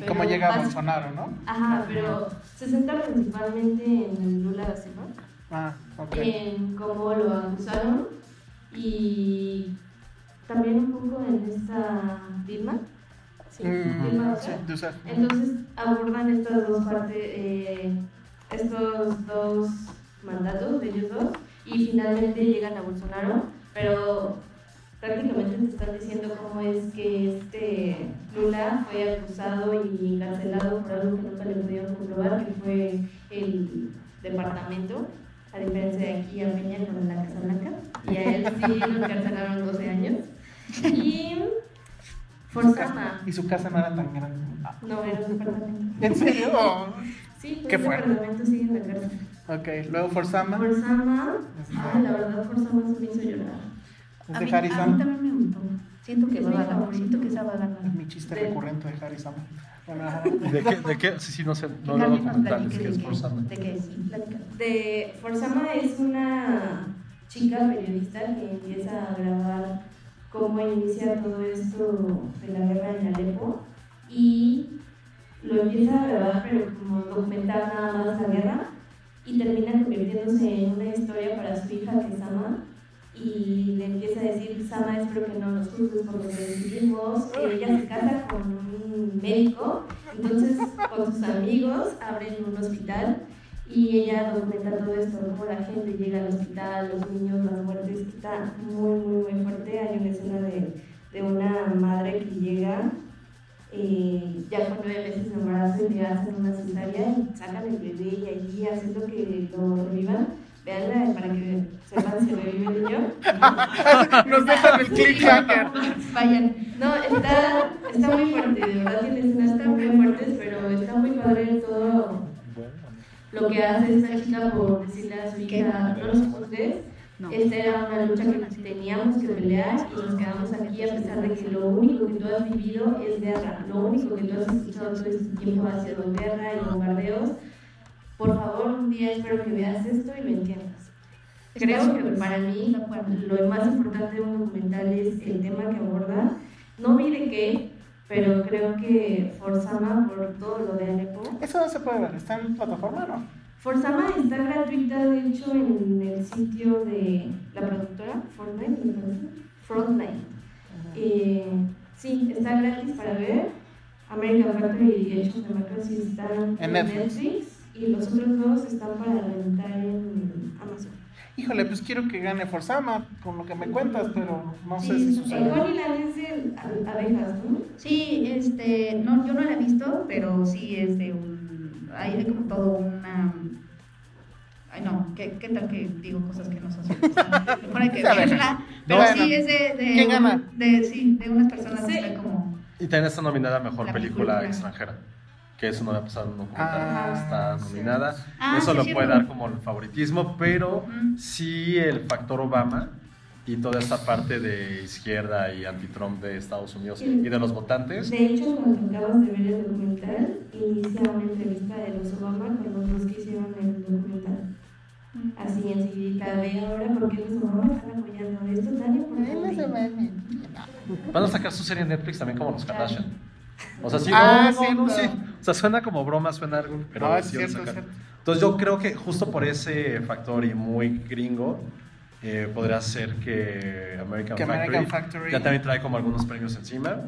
pero
cómo llega
bas-
Bolsonaro, ¿no?
Ajá, pero se centra principalmente en Lula da Silva
Ah, ok.
en cómo lo acusaron y también un poco en esta Dilma. Sí,
Mm,
Dilma Rousseff.
sí, tú sabes.
Entonces abordan estas dos partes, eh, estos dos mandatos de ellos dos y finalmente llegan a Bolsonaro, pero prácticamente te están diciendo cómo es que este Lula fue acusado y encarcelado por algo que nunca le pudieron comprobar, que fue el departamento, a diferencia de aquí a Peña con la Casa Blanca, y a él sí lo encarcelaron 12 años. Y
Su
Forzama,
casa- Y su casa no era tan grande. Ah,
no era un departamento.
¿En serio?
Sí, pues
Qué
el
fuerte.
departamento sigue en la cárcel.
ok, luego For Sama
Forzama, ay, la verdad, Forzama se me hizo llorar.
es
a,
de
mí,
Harry
a mí
Sama.
también me gustó. Siento que es
Va
mi
a ganar.
favorito, que esa va a
Es
ganar.
mi chiste
Del-
recurrente de Harry Sama. Bueno, ajá.
¿De qué? ¿De qué? Sí, sí, no sé.
Que
No lo
Carmen nos
documentales,
platique
que
de
es
qué.
forzado.
De qué, sí, platícanos.
de Forzama es una chica periodista que empieza a grabar cómo inicia todo esto de la guerra en Alepo y lo empieza a grabar, pero como documentar nada más la guerra y termina convirtiéndose en una historia para su hija que es Sama y le empieza a decir, Sama, espero que no nos juzgues por lo que decidimos, que ella se casa con un médico, entonces con sus amigos abren un hospital y ella documenta todo esto, cómo la gente llega al hospital, los niños, las muertes, que está muy, muy, muy fuerte. Hay una escena de, de una madre que llega eh, ya con nueve meses de embarazo y le hacen una cesárea y sacan el bebé y allí hacen lo que lo revivan. Veanla para que sepan si revive el niño.
Nos dejan el cliffhanger.
Vayan. No, está, está muy fuerte, de verdad tiene escenas tan muy fuertes, pero está muy padre todo lo que hace esta chica por decirle a su hija, no nos juzgues.
No.
Esta era una lucha que teníamos que pelear y nos quedamos aquí a pesar de que lo único que tú has vivido es guerra, lo único que tú has escuchado todo este tiempo ha sido guerra y bombardeos. Por favor, un día espero que veas esto y lo entiendas. Creo que para mí lo más importante de un documental es el tema que aborda. No vi de qué, pero creo que Forzama, por todo lo de Alepo,
Eso no se puede ver, está en plataforma, ¿no?
Forzama está gratuita, de hecho, en el sitio de la productora, Fortnite, ¿me parece? Frontline. Eh, sí, está gratis para ver. American Factory y Hechos de Macro sí están
En Netflix.
Y los otros dos están para rentar en Amazon.
Híjole, pues quiero que gane Forzama, con lo que me cuentas, pero no sé si
sí, el
sucede.
Honeyland es de a- abejas, ¿no?
Sí, este, no, yo no la he visto, pero sí es de un, hay de como todo una, ay no, qué, qué tal que digo cosas que no son ciertas? Mejor hay que
A ver.
verla, pero
Bueno.
sí es de, de,
¿Quién gana?
de, sí, de unas personas que están como,
Y también está nominada a Mejor
La
Película
película.
Extranjera, que eso no había pasado en un documental.
Ah,
está
sí.
nominada.
Ah,
eso
sí,
lo
cierto.
puede dar como el favoritismo, pero
Ujú.
sí el factor Obama y toda esta parte de izquierda y anti-Trump de Estados Unidos
Sí.
y de los votantes.
De hecho, cuando acabas de ver el documental, inicia una entrevista de los Obama con los dos que hicieron el documental. Así enseguida ve ahora por qué los Obama están apoyando esto tan importante.
Van a sacar su serie en Netflix también como los Kardashian. O sea, sí,
Ah,
no, no, no,
cierto.
sí. O sea, suena como broma, suena algo, pero
Ah, es
sí van a
cierto,
sacar.
es cierto.
Entonces yo creo que justo por ese factor y muy gringo, eh, podría ser que American,
Que
Factory,
American Factory.
ya también trae como algunos premios encima.
Pero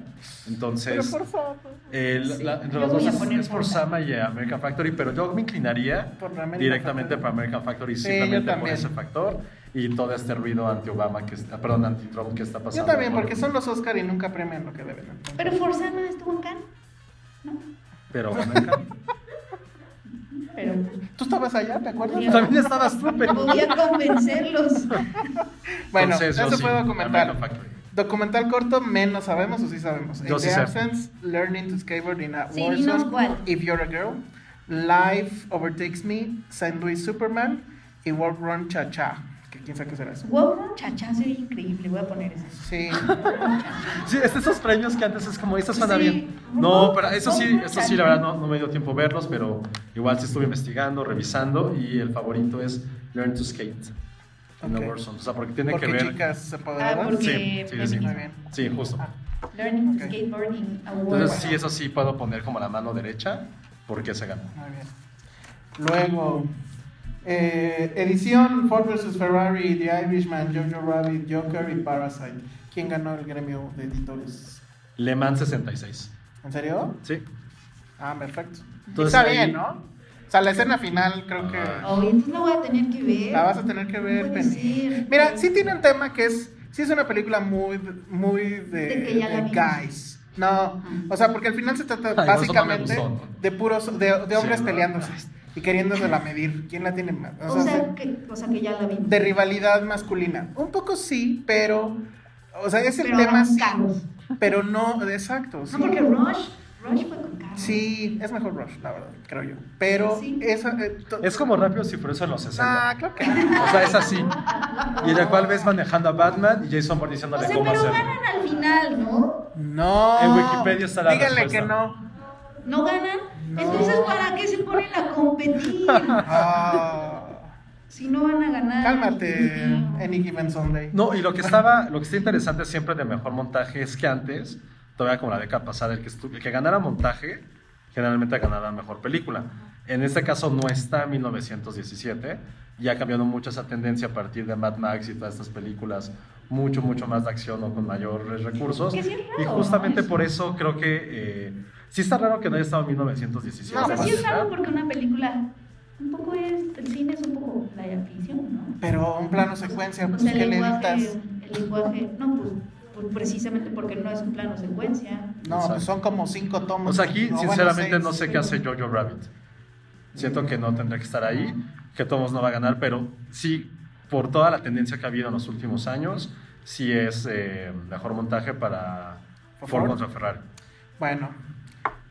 Entonces,
por favor,
eh, la- la- entre
yo
los
voy
dos
a
es,
poner
es por Sama y American Factory, pero yo me inclinaría
Por American
directamente
Factory.
para American Factory
Sí, yo
simplemente por
también.
ese factor y todo este ruido anti-Obama, que está- perdón, anti-Trump que está
yo
pasando.
también,
por-
porque son los Oscar y nunca premian lo que deben. entonces.
pero Forzama estuvo en Cannes, ¿no?
Pero American...
Pero
¿Tú estabas allá, te acuerdas?
Sí.
También estabas tú, pero-
voy a convencerlos,
Bueno,
Entonces,
eso
yo sí,
puedo
American
comentar.
Factory.
Documental corto, menos sabemos o sí sabemos.
Yo
In
sí
the
sé.
Absence, Learning to Skateboard in a
Sí,
War
dinos
Zone,
cuál.
If You're a Girl, Life Overtakes Me, St. Louis Superman y World Run Cha Cha. Que quién sabe qué será eso.
wow, chacha, sería increíble, voy a poner eso.
Sí.
Sí, es de esos premios que antes es como, eso suena
Sí.
bien. No, pero eso sí, eso sí, la verdad no, no me dio tiempo verlos, pero igual sí estuve investigando, revisando y el favorito es Learn to Skate. en
Ok.
la Warzone. O sea, porque tiene
Porque
que ver.
chicas apoderadas.
Ah, porque-
Sí, sí, sí.
Muy bien. Ah,
Sí, justo.
Learning
Ok.
Skateboarding Award.
Entonces, sí, eso sí puedo poner como la mano derecha porque se ganó.
Muy Ah, bien. Luego, eh, edición Ford vs. Ferrari, The Irishman, Jojo Rabbit, Joker y Parasite. ¿Quién ganó el gremio de editores?
Le Mans 66.
¿En serio?
Sí.
Ah, perfecto.
Entonces,
Está
ahí-
bien, ¿no? O sea, la escena final creo que
Oh, entonces la voy a tener que ver.
la vas a tener que ver,
No puede
Penny.
ser.
Mira, sí tiene un tema que es, sí es una película muy, muy de,
De que ya la
de
vimos.
guys. No, o sea, porque al final se trata
eso no me
básicamente
gustó, ¿no?
de puros, de, de hombres
Sí, ¿no?
peleándose y queriéndose la medir. ¿Quién la tiene más? O sea,
O
se-
sea, que, o sea, que ya la vi.
de rivalidad masculina. Un poco sí, pero, o sea, es el
Pero
tema,
ahora con
sí,
carros.
pero no, exacto. sí.
No, porque Rush, Rush fue con carros.
Sí, es mejor Rush, la verdad, creo yo. Pero
Sí.
esa, eh, to-
Es como rápido si fuera eso en los 60.
Ah, creo que no.
O sea, es así. Y en la cual ves manejando a Batman y Jason Bourne
O
diciéndole
sea,
cómo
pero
hacerlo.
ganan al final, ¿no?
No.
En Wikipedia está la
Díganle
respuesta.
que no.
¿No ganan? Entonces, ¿para qué se ponen a competir?
Ah,
Si no van a ganar.
Cálmate, Any Given Sunday.
No, y lo que estaba, lo que está interesante siempre de mejor montaje es que antes, todavía como la década pasada, el que, estu- el que ganara montaje generalmente ganaba mejor película. En este caso no está 1917, ya ha cambiado mucho esa tendencia a partir de Mad Max y todas estas películas, mucho, mucho más de acción o con mayores recursos.
Que sí es
y
raro,
justamente
¿no?
por eso creo que eh, sí está raro que no haya estado 1917.
No, o sea, sí es
¿verdad?
raro porque una película. Un poco es. El cine es un poco la ficción, ¿no?
Pero un plano secuencia,
O
pues,
sea,
¿qué
el
le
lenguaje.
editas?
El lenguaje. No, pues, pues precisamente porque no es un plano secuencia.
No, pues son como cinco tomos.
O sea, aquí
No, bueno,
sinceramente
seis.
no sé qué hace Jojo Rabbit. Siento que no tendría que estar ahí, que Tomos no va a ganar, pero sí, por toda la tendencia que ha habido en los últimos años, sí es eh, mejor montaje para
Por
Ford,
favor.
contra Ferrari.
Bueno,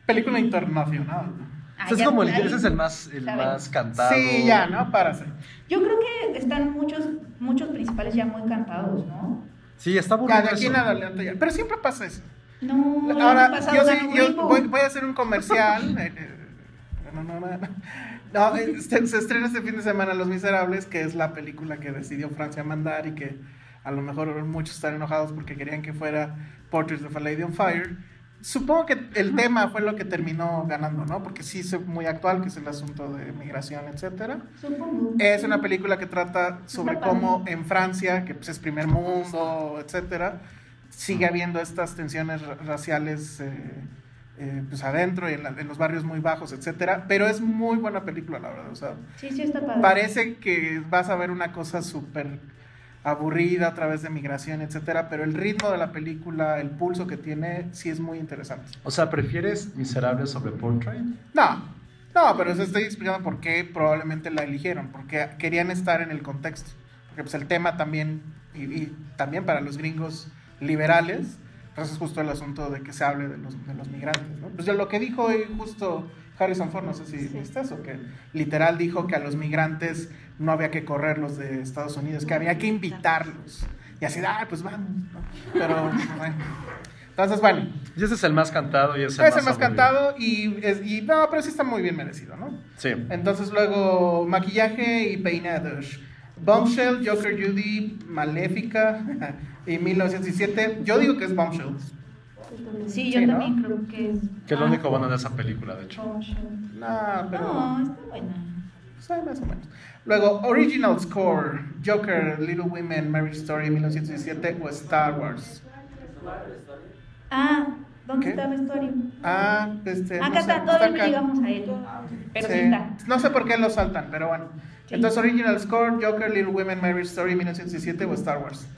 película internacional.
Ah,
O sea, es
ya,
como el,
ahí-
ese es el más, el
saben.
más cantado.
Sí, ya, ¿no? Párase.
Yo creo que están muchos, muchos principales ya muy cantados, ¿no?
Sí, está
Ya,
aburrido
de aquí
eso.
nada le ya. Pero siempre pasa eso.
No, el
Ahora,
año pasado
yo, sí-
ganó
yo
Rainbow.
voy, voy a hacer un comercial. eh, eh, no, no, no, no. No, eh, se, se estrena este fin de semana Los Miserables, que es la película que decidió Francia mandar y que a lo mejor muchos están enojados porque querían que fuera Portraits of a Lady on Fire. Supongo que el tema fue lo que terminó ganando, ¿no? Porque sí es muy actual, que es el asunto de migración, etcétera.
Supongo.
Es una película que trata sobre
padre.
cómo en Francia, que pues, es primer mundo, etcétera, sigue habiendo estas tensiones ra- raciales eh, eh, pues, adentro y en, la- en los barrios muy bajos, etcétera. Pero es muy buena película, la verdad. O sea,
Sí, sí, está padre.
parece que vas a ver una cosa súper aburrida a través de migración, etcétera, pero el ritmo de la película, el pulso que tiene, sí es muy interesante.
O sea, ¿prefieres Miserables sobre Portrait?
No, no, pero eso estoy explicando por qué probablemente la eligieron, porque querían estar en el contexto, porque pues el tema también, y, y también para los gringos liberales, pues es justo el asunto de que se hable de los, de los migrantes, ¿no? Pues de lo que dijo hoy justo Harrison Ford, no sé si viste eso, que literal dijo que a los migrantes no había que correrlos de Estados Unidos, que había que invitarlos. Y así, ah, pues vamos, ¿no? Pero, bueno. Entonces, bueno,
Y ese es el más cantado y es el
es
más
el más
aburrido.
cantado y, es- y no, pero sí está muy bien merecido, ¿no?
Sí.
Entonces luego maquillaje y peinados. Bombshell, Joker Judy, Maléfica y 1917. Yo digo que es Bombshell.
Sí, yo
Sí, ¿no?
también creo que es.
Que es lo
Ah,
único bueno de esa película, de hecho.
oh, shit.
No, pero
No, está buena.
sí, más o menos. Luego Original Score, Joker, Little Women, Marriage Story 1917 o Star Wars.
Ah, ¿dónde
¿Qué?
está Vestuario?
Ah, este.
Acá
no sé,
está, todavía no
acá.
llegamos a él. Pero sí,
Sí.
está.
No sé por qué lo saltan, pero bueno.
Sí.
Entonces, Original Score, Joker, Little Women, Marriage Story, 1917 o Star Wars.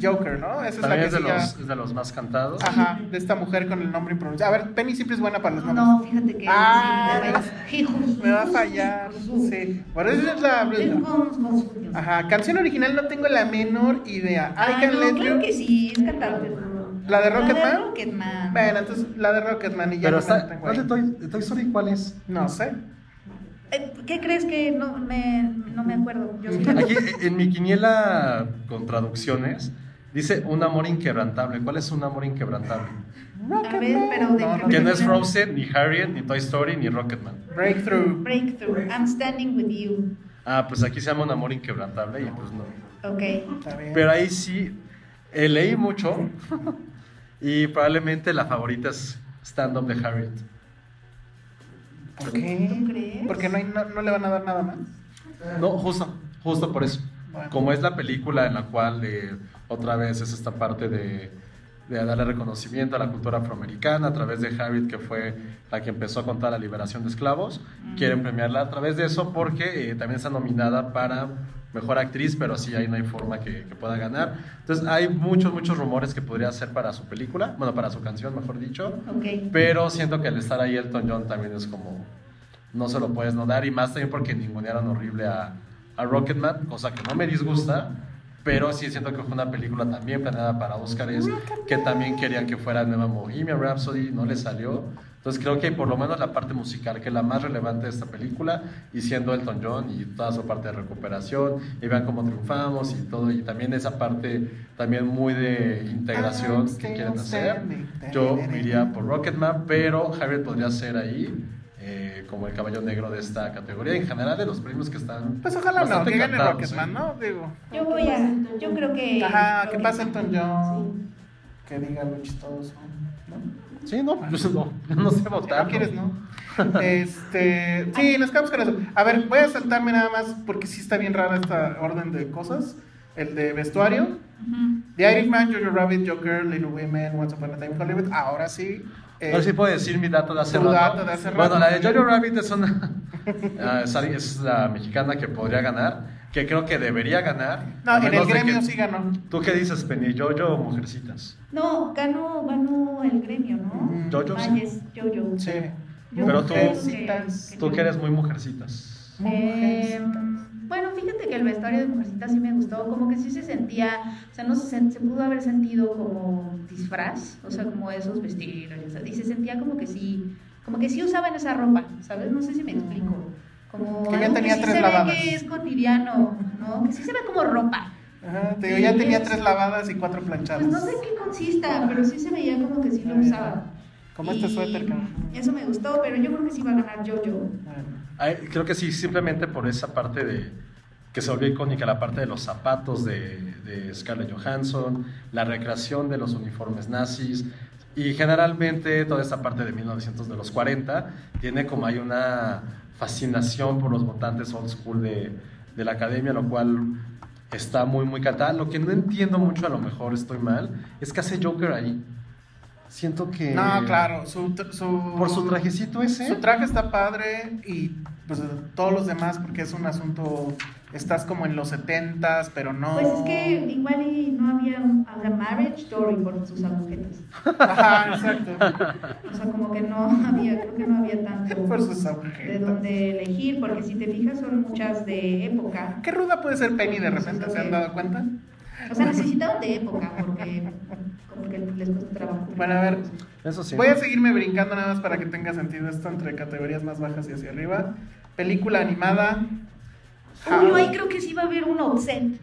Joker, ¿no? Esa es la
También
que
es de,
sí ya-
los, es de los más cantados.
Ajá, de esta mujer con el nombre impronunciable. A ver, Penny siempre es buena para los nombres.
No, fíjate que.
Ah,
sí,
Me va a fallar. Sí. Bueno, esa es
Es
la.
con- con su-
Ajá, canción original no tengo la menor idea. I
Ah,
can
no,
let
claro
you.
que sí, es cantante.
¿La de
La de
Rocketman?
Rocketman.
Bueno, entonces la de Rocketman y ya
Pero
no me la
está,
tengo
¿cuál de
ahí.
Toy, Toy Story cuál es?
No sé.
Eh, ¿Qué crees que no me, no me acuerdo? Yo sí.
Aquí en mi quiniela con traducciones dice un amor inquebrantable. ¿Cuál es un amor inquebrantable?
A ver, pero de
No, no.
Que no es Frozen, ni Harriet, ni Toy Story, ni Rocketman.
Breakthrough.
Breakthrough. I'm standing with you.
Ah, pues aquí se llama un amor inquebrantable y pues no.
Ok.
Está bien.
Pero ahí sí eh, leí mucho y probablemente la favorita es Stand Up de Harriet.
¿Por qué?
¿Tú crees?
Porque no, hay- no, no le van a dar nada más.
No, justo, justo por eso.
Bueno.
Como es la película en la cual eh, otra vez es esta parte de, de darle reconocimiento a la cultura afroamericana a través de Harriet, que fue la que empezó a contar la liberación de esclavos, quieren premiarla a través de eso porque eh, también está nominada para mejor actriz, pero así ahí no hay forma que, que pueda ganar. Entoncer, hay muchos, muchos rumores que podría hacer para su película, bueno, para su canción, mejor dicho.
Ok.
Pero siento que al estar ahí Elton John también es como. No se lo puedes no dar. Y más también porque ningunearon horrible a, a Rocketman, cosa que no me disgusta. Pero sí siento que fue una película también planeada para Oscars, que también querían que fuera nueva Bohemian Rhapsody, no le salió. Entonces creo que por lo menos la parte musical, que es la más relevante de esta película, y siendo Elton John y toda su parte de recuperación, y vean cómo triunfamos y todo, y también esa parte también muy de integración
I'm
que quieren
still
hacer.
standing.
Yo me iría por Rocketman, pero Harriet podría ser ahí eh, eh, como el caballo negro de esta categoría. En general, de los premios que están.
Pues ojalá no,
bastante
que gane
cantados,
Rocketman,
¿eh?
¿no? Digo.
Yo voy a. Yo creo que.
Ajá, que
creo
pase Elton John. Que diga algo chistoso. ¿no?
Sí, no, pues no, no sé
Si
votar.
no quieres, ¿no? Este, sí, nos quedamos con eso. A ver, voy a saltarme nada más porque sí está bien rara esta orden de cosas. El de vestuario.
Ujú.
The Irishman, Jojo Rabbit, Joker, Little Women, Once Upon a Time in Hollywood. Ahora sí. eh,
Ahora sí puedo decir mi dato de hace
Tu
rato.
dato de hace rato.
Bueno, la de Jojo Rabbit es una. Ah, es alguien- es la mexicana que podría ganar, que creo que debería ganar.
no,
a
en el
menos de
gremio
que-
sí ganó.
¿Tú qué dices, Penny? ¿Jojo o Mujercitas?
No, ganó, ganó el gremio, ¿no?
Mm.
Jojo, sí.
Valles, yo, yo.
Sí.
Yo
Pero tú-
creo
Mujercitas.
Tú que eres muy Mujercitas.
Eh,
Mujercitas.
bueno, fíjate que el vestuario de Mujercita sí me gustó, como que sí se sentía, o sea, no se, sen- se pudo haber sentido como disfraz, o sea, como esos vestidos, ya sabes, y se sentía como que sí, como que sí usaban esa ropa, ¿sabes? No sé si me explico. Como
Que ya
algo
tenía
sí
tres
se
lavadas.
ve que es cotidiano, ¿no? Que sí se ve como ropa.
Ajá, te digo, ya tenía tres lavadas y cuatro planchadas.
Pues no sé en qué consista, pero sí se veía como que sí lo usaban.
Como este
Y
suéter, cabrón.
Eso me gustó, pero yo creo que sí va a ganar Jojo.
Ay, creo que sí, simplemente por esa parte de que se volvió icónica, la parte de los zapatos de, de Scarlett Johansson, la recreación de los uniformes nazis y generalmente toda esta parte de 1900 de los 40 tiene como hay una fascinación por los votantes old school de, de la academia, lo cual está muy muy catada. Lo que no entiendo mucho, a lo mejor estoy mal, es que hace Joker ahí. Siento que
No, claro, su, tr- su-
Eh, por su trajecito ese
Su traje está padre y pues todos los demás porque es un asunto, estás como en los setentas, pero no...
Pues es que igual y no había habrá marriage story por sus agujetas.
Ajá, exacto.
O sea, como que no había, creo que no había tanto
Por sus
de
agujetas.
dónde elegir, porque si te fijas son muchas de época.
Qué ruda puede ser Penny de repente, ¿se han dado cuenta?
O sea, necesitaban de época porque como que les cuesta trabajo.
Bueno, a ver,
Eso sí.
voy a seguirme brincando nada más para que tenga sentido esto entre categorías más bajas y hacia arriba. Película animada.
Uy,
ah,
no, ahí creo que sí va a haber un obscent.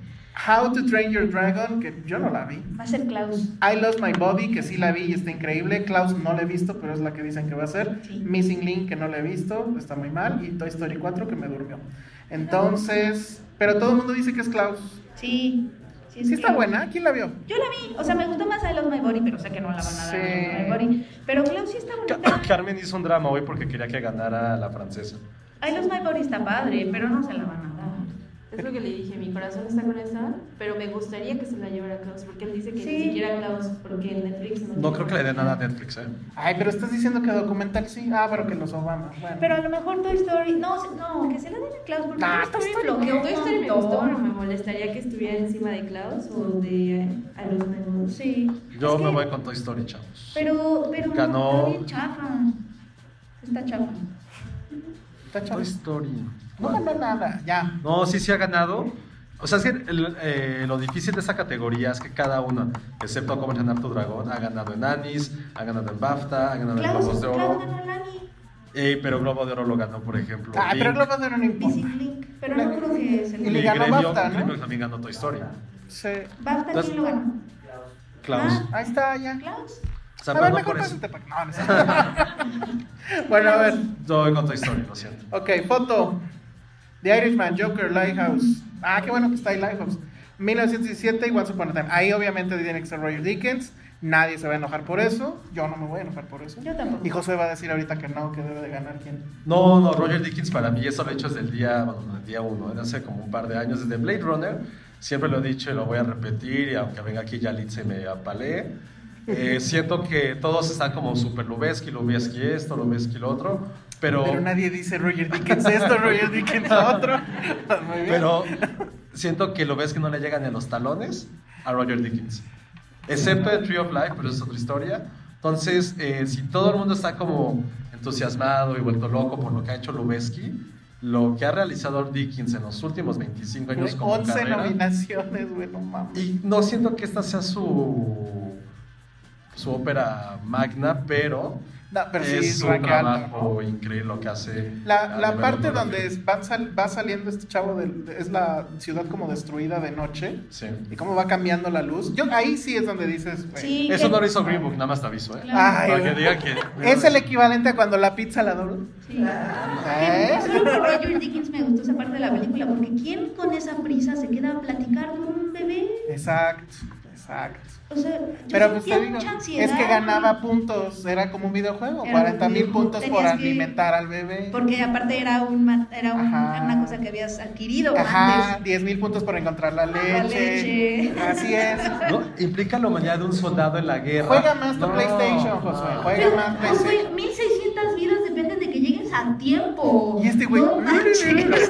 How to Train Your Dragon, que yo no la vi.
Va a ser Klaus.
I Lost My Body, que sí la vi y está increíble. Klaus no la he visto, pero es la que dicen que va a ser.
Sí.
Missing Link, que no la he visto, está muy mal. Y Toy Story 4, que me durmió.
Ah,
Entonces, pero todo el mundo dice que es Klaus.
Sí. es
Sí está
Klaus.
buena, ¿quién la vio?
Yo la vi, o sea, me gustó más I Love My Body, pero sé que no la van a dar. a I
Sí.
Love My Body. Pero Klaus sí está bonita.
Ca- eh, Carmen hizo un drama hoy porque quería que ganara la francesa.
Ay, los My Body está padre, pero no se la van a dar.
Es lo que le dije, mi corazón está con esa, pero me gustaría que se la llevara Klaus, porque él dice que
Sí.
ni siquiera Klaus, porque en Netflix no.
No creo que le dé nada a Netflix, ¿eh?
Ay, pero estás diciendo que documental sí. Ah, pero que los Obama. Bueno.
Pero a lo mejor Toy Story. No, se- no que se la den a Klaus porque
Nah,
Toy Story
Lo que
bloqueó un
Toy Story me
montón.
gustó, pero me molestaría que estuviera encima de Klaus o de eh, a los nuevos.
Sí.
Yo
Es
me
que-
voy con Toy Story, chavos.
Pero, pero.
Ganó.
Está bien chafa. Está chafa.
Está
Toy
chavo.
pues,
Story.
No ganó nada, ya.
No, sí, sí ha ganado. O sea, es que el- eh, lo difícil de esta categoría es que cada uno, excepto Cómo entrenar tu dragón, ha ganado en Anis, ha ganado en BAFTA, ha ganado en
Klaus,
Globos de
Klaus
Oro.
ganó el Annie.
Eh, pero Globo de Oro lo ganó, por ejemplo.
Ay, Ah, pero
Link.
Globos de Oro no importa.
Missing Link. Pero no creo que se
Y
Y
le
lo.
ganó
Gremio-
BAFTA, ¿no? Ah.
Gremio también ganó Toy Story.
Sí.
Baf también lo ganó.
Klaus.
Ah.
Ahí está, ya.
Klaus.
O sea,
A ver,
ganó
mejor
por eso.
pásate pa' No, no sé. Bueno, a ver.
Yo voy con Toy Story, lo siento.
Ok, foto. The Irishman, Joker, Lighthouse. Ah, qué bueno que está ahí Lighthouse. 1917 y Once Upon a Time. Ahí obviamente tiene que ser Roger Dickens. Nadie se va a enojar por eso. Yo no me voy a enojar por eso.
Yo tampoco.
Y José va a decir ahorita que no, que debe de ganar quién.
No, no, Roger Dickens para mí eso lo he hecho desde el día, bueno, del día uno, era hace como un par de años, desde Blade Runner, siempre lo he dicho y lo voy a repetir, y aunque venga aquí Yalit se me apalé, eh, siento que todos están como super Lubeski, Lubeski esto, Lubeski lo otro, pero,
Pero nadie dice Roger Dickens esto, Roger Dickens lo otro. Ah, Muy bien.
pero siento que Lubeski no le llegan en los talones a Roger Dickens, excepto de Tree of Life, pero es otra historia, entonces eh, si todo el mundo está como entusiasmado y vuelto loco por lo que ha hecho Lubeski, lo que ha realizado Dickens en los últimos 25 años Pues como
11
carrera.
nominaciones, güey, no mames.
Y no siento que esta sea su su ópera magna, pero
No, pero sí,
es un
ranquea alto.
trabajo Ah, increíble lo que hace.
La, la
Alejandro
parte
Murphy.
donde es- van sal- va saliendo este chavo del- de- es la ciudad como destruida de noche
Sí.
y cómo va cambiando la luz. Yo ahí sí es donde dices, güey,
Sí,
Eso
que-
no lo hizo Green Book, nada más te aviso, ¿eh?
Ay,
Para
güey.
que digan que.
es el equivalente a cuando la pizza la dobla.
Sí.
¿Eh?
Solo por Roger Dickens me gustó esa parte de la película, porque ¿quién con esa prisa se queda a platicar con un bebé?
Exacto, exacto.
O sea, yo
Pero pues
sentía
te digo,
mucha ansiedad.
es que ganaba puntos, era como un videojuego,
Era
40
un
mil
videojuego,
puntos por
tenías que-
alimentar al bebé.
Porque aparte era, un, ma- era un-
Ajá.
una cosa que habías adquirido
Ajá,
antes. Ah,
10 mil puntos por encontrar la leche.
leche.
Así es.
¿No? Implica la humanidad de un soldado en la guerra.
Juega más tu
No,
PlayStation,
no.
Josué. Juega
Pero,
más
pues, güey,
PlayStation.
1600 vidas dependen de que llegues a tiempo.
Y este güey-
No manches.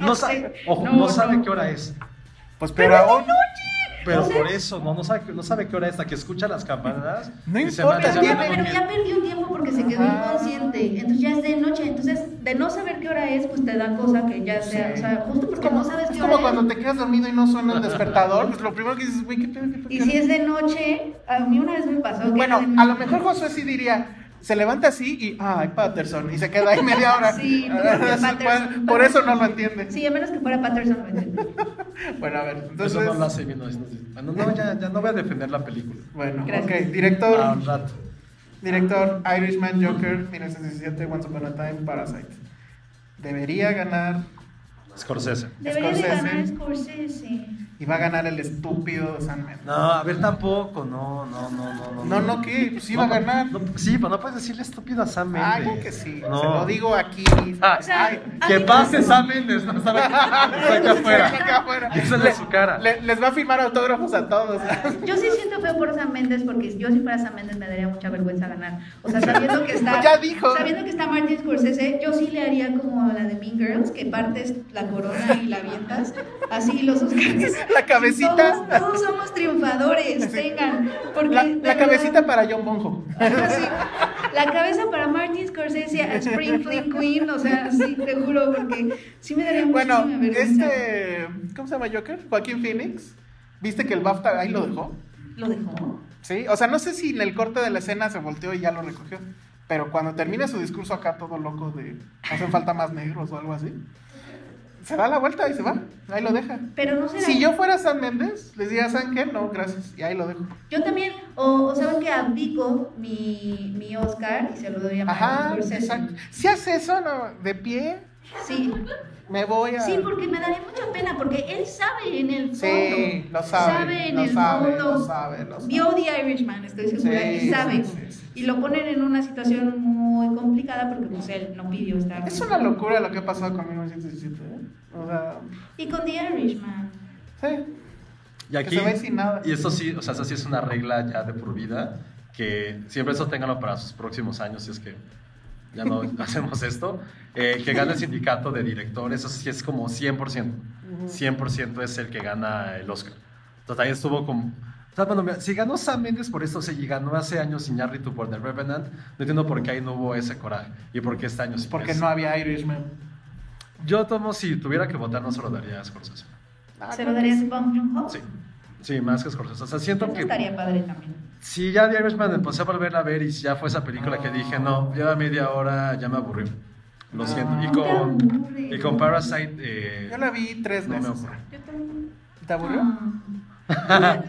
No, sa- ojo, no, sabe qué hora es.
Pues
Pero
pero
es de
aún.
noche.
Pero
O sea,
por eso, no, no, sabe, no sabe qué hora es hasta que escucha las campanadas.
No
y se
importa,
manda a
Pero,
llamar a
tiene-
pero
dormir.
ya perdió tiempo porque se quedó
Ajá.
inconsciente. Entonces ya es de noche. Entonces, de no saber qué hora es, pues te da cosa que ya sea. O sea, justo porque no sabes
Es
qué
como
hora
cuando
es.
te quedas dormido y no suena el despertador. Pues lo primero que dices, güey, ¿qué pedo? ¿Qué pedo?
Y
¿Qué
si
onda?
es de noche, a mí una vez me pasó. que
Bueno,
era de
a
noche.
lo mejor Josué sí diría. Se levanta así y, ay, Patterson, y se queda ahí media hora.
Sí, no,
por,
Patterson.
eso no lo entiende.
Sí, a menos que fuera Patterson. lo entiendo.
Bueno, a ver,
Eso
entonces.
no lo hace bien. No, es- bueno, no, ya, ya no voy a defender la película.
Bueno,
Gracias.
ok, director,
Ah, un rato.
director Irishman Joker 1917, Once Upon a Time, Parasite. Debería ganar
Scorsese.
Debería de
Scorsese.
ganar Scorsese.
y va a ganar el estúpido de San Mendes.
No, a ver, tampoco. No, no, no, no. No,
No, no, ¿qué? Pues iba a
No,
ganar.
no, sí, pero no puedes decirle estúpido a Sam Mendes.
Ah, creo que sí.
No.
Se lo digo aquí.
Ah,
O sea,
Ay,
a
que
mí-
pase Sam Mendes, no sabe que está aquí
Acá
afuera.
afuera.
Díselo en
Le-
su cara.
le- les va a firmar autógrafos a todos.
Yo sí siento feo por Sam Méndez porque yo si fuera Sam Méndez me daría mucha vergüenza ganar. O sea, sabiendo que está
Ya dijo.
sabiendo que está Martin Scorsese, yo sí le haría como a la de Mean Girls, que partes la corona y la avientas, así los Oscars.
La cabecita.
Todos, todos somos triunfadores, tengan. Porque
La,
de
la
verdad-
cabecita para John Bonjo.
Ajá, sí. La cabeza para Martin Scorsese, a Spring Fling Queen, o sea, sí, te juro, porque sí me daría muchísima
Bueno,
vergüenza.
este. ¿Cómo se llama Joker? Joaquín Phoenix. ¿Viste que el BAFTA ahí lo dejó?
Lo dejó.
Sí, o sea, no sé si en el corte de la escena se volteó y ya lo recogió. Pero cuando termina su discurso acá todo loco de hacen falta más negros o algo así, se da la vuelta y se va. Ahí lo deja.
Pero no será.
Si yo fuera San Méndez, les diría, ¿saben qué? No, gracias. Y ahí lo dejo.
Yo también, o, o saben que abdico mi, mi Oscar y se lo doy a Martin
Ajá,
Scorsese.
exacto. Si hace eso, no, de pie,
Sí,
me voy a...
sí, porque me daría mucha pena, porque él sabe en el fondo.
Sí, lo sabe,
en
lo
el
sabe,
fondo.
lo sabe, lo sabe.
Vio The Irishman, estoy segura,
Sí,
y
sí,
sabe.
sí, sí.
Y lo ponen en una situación muy complicada porque pues él no pidió estar.
Es una locura lo que ha pasado con 1917, ¿eh? O sea,
Y con The Irishman.
sí.
Y aquí,
Que se ve sin nada.
Y eso sí, o sea, eso sí es una regla ya de por vida, que siempre eso ténganlo para sus próximos años, si es que ya no hacemos esto, eh, que gana el sindicato de directores, eso sí es como 100%, 100% es el que gana el Oscar. Entonces también estuvo como... O sea, bueno, mira, si ganó Sam Mendes por esto, si ganó hace años Iñárritu por The Revenant, no entiendo por qué ahí no hubo ese coraje y por qué este año sí
Porque
es.
no había Irishman.
Yo tomo, si tuviera que votar, no se lo daría a Scorsese.
Ah,
¿Se lo darías a Bong Joon-ho?
Sí, sí, más que Scorsese. O sea, siento
Eso
que...
estaría padre también.
Sí, ya The Irishman empecé a volverla a ver y ya fue esa película que dije, no, lleva media hora, ya me aburrí. Lo siento. Y
Ah, te
con,
aburre.
y con Parasite, eh,
Yo la vi tres
no me
veces.
aburre.
Yo también.
¿Te aburrió?
Ah.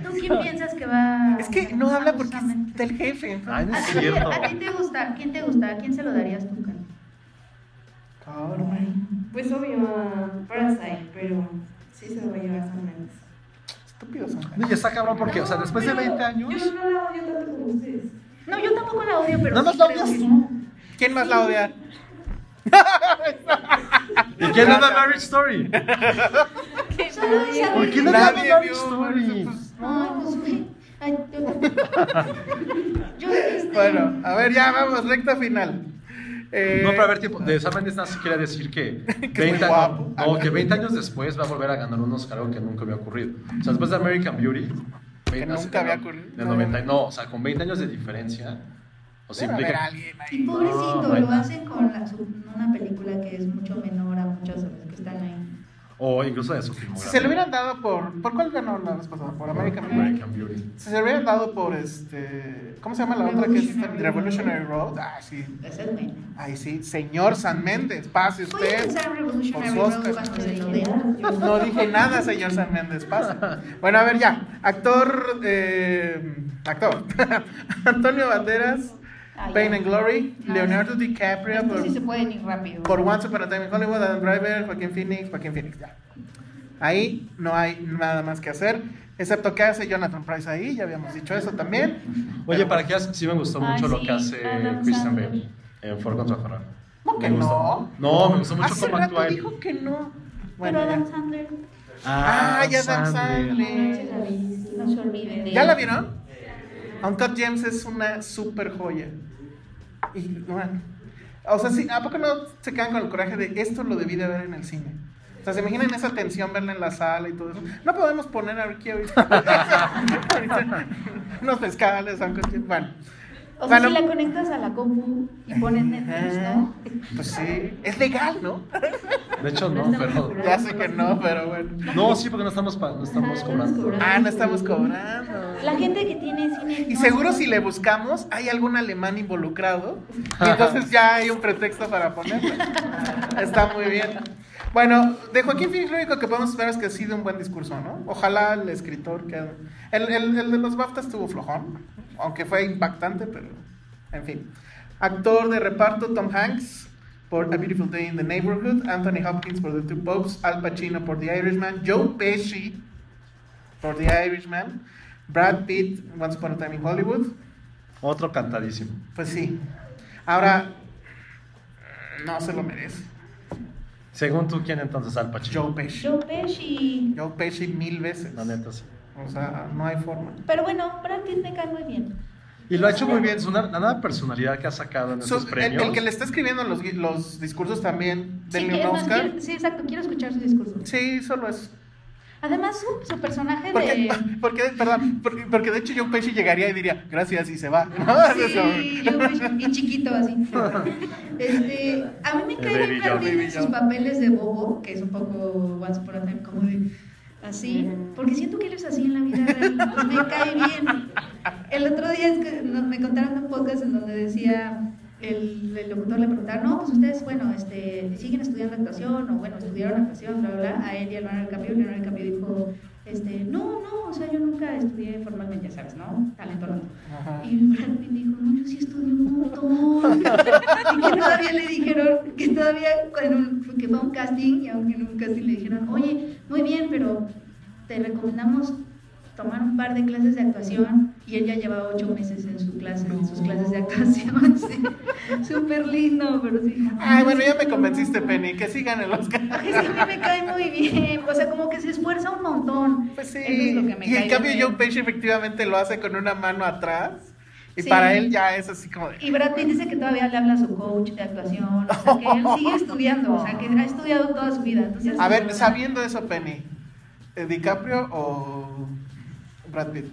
¿Tú quién piensas que va?
Es que no habla porque es
Justamente.
del jefe. entonces-
Ay, Ah, no
¿A
es
ti, te-
cierto.
a ti te gusta? ¿Quién te gusta? ¿A quién se lo darías tú, Carlos?
Pues obvio a Parasite, pero sí se lo va a llevar San Mendes.
Estúpido San Mendes.
No, y está cabrón porque, o sea, después de
Pero
20 años,
Yo no la odio tanto como ustedes.
No, yo tampoco la odio, pero.
¿Nada más
sí
la
creo
odias
que-
tú?
¿Quién más la odia?
¿y quién es la Marriage Story?
Solo dice a
¿Por
mí.
qué no
Nadie
nadie Marriage
vio
Story?
Marriage-
Ay, pues, güey. Ay, yo. yo este,
Bueno, a ver, ya vamos, recta final. Eh,
No, pero a ver, tiempo, de Sam Mendes nada más quiere decir que
Que es muy
20,
guapo.
no, que 20 años después va a volver a ganar un Oscar, algo que nunca había ocurrido. O sea, después de American Beauty,
Que nunca había ocurrido.
De 90, no, o sea, con 20 años de diferencia, o sea,
debe haber
implica-
alguien ahí.
Y pobrecito,
No,
lo
bueno.
hacen con la- su- una película que es mucho menor a muchas de las que están ahí.
O incluso de su filmografía.
Si se lo hubieran dado por. ¿Por cuál ganó la vez pasada? Por American Beauty.
American Beauty.
Si se lo hubieran dado por este. ¿Cómo se llama la otra que es esta? Revolutionary Road? Ah, sí.
Esa es buena.
Ay, sí. Señor San Méndez, pase
Voy a
usted.
pensar Revolutionary
Por su
Road
Oscar.
cuando se lo vean.
No dije nada, señor San Méndez, pase. Bueno, a ver ya. Actor. eh, actor. Antonio Banderas.
Ah, ya.
Pain and Glory.
Ah,
Leonardo DiCaprio.
Estos
por-
sí se pueden ir rápido.
Por Once Upon a Time in Hollywood, Adam Driver, Joaquín Phoenix, Joaquín Phoenix, ya. Ahí no hay nada más que hacer, excepto que hace Jonathan Price ahí, ya habíamos dicho eso también.
Oye, para que veas, sí me gustó
Ah,
mucho lo
sí,
que hace
Adam
Christian
Sandler.
Bale en Ford contra Ferrari.
¿Cómo que
Me gustó.
no?
No, me gustó mucho
Hace
cómo
rato
actúa él.
dijo que no.
Pero
Bueno,
Adam
ya.
Sandler,
Ah, ya Adam
la noche
Sandler.
la vi, sí.
No se olviden de
¿Ya la vieron? Uncut James es una super joya. Y, bueno, o sea, sí, ¿a poco no se quedan con el coraje de esto lo debí de ver en el cine? O sea, se imaginan esa tensión verla en la sala y todo eso. No podemos poner aquí ahorita unos pescales, aunque bueno.
O sea,
Bueno.
si la conectas a la compu y pones Netflix, ¿no?
Pues sí, es legal, ¿no?
De hecho, no,
No estamos
pero.
cobrando.
Ya sé que no, pero bueno.
No, sí, porque no estamos, pa- no estamos
Ah, no nos
cobrando.
cobramos.
Ah, no estamos cobrando.
La gente que tiene cine.
Y
no
seguro
hace-
si le buscamos, hay algún alemán involucrado. Y entonces ya hay un pretexto para ponerlo. Está muy bien. Bueno, de Joaquín Phoenix lo único que podemos esperar es que ha sido un buen discurso, ¿no? Ojalá el escritor que... El, el- el de los BAFTA estuvo flojón, aunque fue impactante, pero... En fin. Actor de reparto Tom Hanks por A Beautiful Day in the Neighborhood, Anthony Hopkins por The Two Popes, Al Pacino por The Irishman, Joe Pesci por The Irishman, Brad Pitt, Once Upon a Time in Hollywood,
Otro cantadísimo.
pues sí. Ahora, no se lo merece.
Según tú, ¿quién entonces? Al Pacino.
Joe Pesci.
Joe Pesci.
Joe Pesci mil veces.
La neta, sí.
O sea, no hay forma.
Pero bueno, Brad Pitt me cae muy bien.
Y lo ha hecho muy bien. Es una, la nueva personalidad que ha sacado en
So,
estos
el,
premios.
el que le está escribiendo los, gui- los discursos también
Sí,
del
que es
un
más,
Oscar.
quiero- sí, exacto, quiero escuchar su discurso.
Sí, solo eso.
Además, su, su personaje
Porque,
de.
porque, perdón, porque, porque de hecho Joe Pesci llegaría y diría, gracias, y se va. ¿no? O sea,
Sí, yo y chiquito así. Este, a mí me
El
cae
Baby
bien Brad
Yoda.
Pitt en sus papeles de bobo, que es un poco Once Upon a Time, como de así, porque siento que él es así en la vida real. Me cae bien. El otro día es que no- me contaron de un podcast en donde decía el, el locutor le preguntaba, no, pues ustedes, bueno, este, siguen estudiando actuación o bueno, estudiaron actuación, bla, bla, bla, a él y a Leonardo DiCaprio, y Leonardo DiCaprio dijo, este, no, no, o sea, yo nunca estudié formalmente, ya sabes, ¿no? Talento nato.
Ajá.
Y Brad Pitt dijo, no, yo sí estudié un montón. y que todavía le dijeron, que todavía, cuando que fue a un casting, y aunque en un casting le dijeron, oye, muy bien, pero te recomendamos tomar un par de clases de actuación. Y él ya llevaba ocho meses en, su clase, en sus clases de actuación. sí. Súper lindo, pero sí.
Ay, bueno, ya me convenciste, Penny, que sigan el Oscar.
Ay, Es que a mí me cae muy bien. O sea, como que se esfuerza un montón.
Pues sí.
Eso es lo que me
y en
cae
cambio
bien.
Joe Pesci efectivamente lo hace con una mano atrás. Y
Sí.
para él ya es así como de...
Y Brad Pitt dice que todavía le habla a su coach de actuación, o sea, que él sigue estudiando, o sea, que ha estudiado toda su vida. Entonces,
A ver, sabiendo eso, Penny, ¿eh, ¿DiCaprio o Brad Pitt?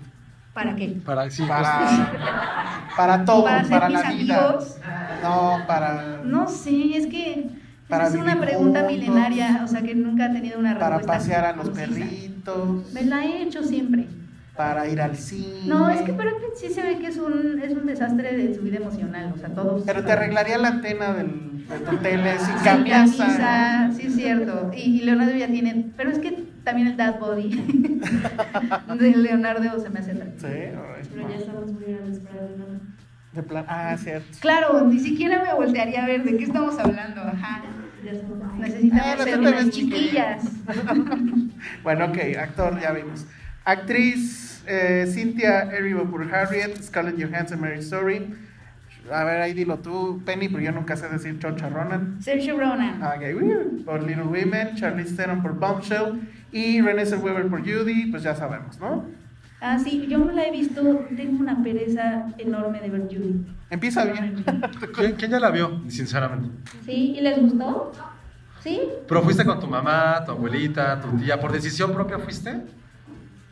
¿Para qué?
Para, sí, justo.
Para, para todo,
¿Para
para,
ser
la
mis
vida.
amigos?
No, para...
No sé, es que
Para
esa es una
vivir
pregunta
juntos.
milenaria, o sea, que nunca ha tenido una
Para
respuesta.
pasear a los
concisa.
perritos,
Me la he hecho siempre.
para ir al cine.
No, es que Brad Pitt sí se ve que es un, es un desastre de su vida emocional, o sea, todos.
Pero te arreglaría la antena del, de tu tele sin
Sin
camisa.
camisa, sí es cierto. Y, y Leonardo ya tiene, pero es que también el dad body de Leonardo se me hace
Sí,
atractivo.
pero ya
ay,
estamos muy grandes para verlo.
de plan... Ah, cierto.
Claro, ni siquiera me voltearía a ver de qué estamos hablando. Ajá.
Ya estamos.
Necesitamos
Pero tú
ser
te
unas
ves chiquilla.
chiquillas.
Bueno, ok, actor, ya vimos. Actriz, eh, Cynthia Erivo por Harriet, Scarlett Johansson, Mary Story. A ver, ahí dilo tú, Penny, porque yo nunca sé decir Chocha Ronan.
Sergio Ronan.
Ah, ok, uh, por Little Women, Charlize Theron por Bombshell y Renée Zellweger por Judy, pues ya sabemos, ¿no?
Ah, sí, yo no la he visto. Tengo una pereza enorme de ver Judy.
Empieza bien.
¿Quién, quién ya la vio? Sinceramente.
¿Sí? ¿Y les gustó? ¿Sí?
Pero fuiste con tu mamá, tu abuelita, tu tía. ¿Por decisión propia fuiste?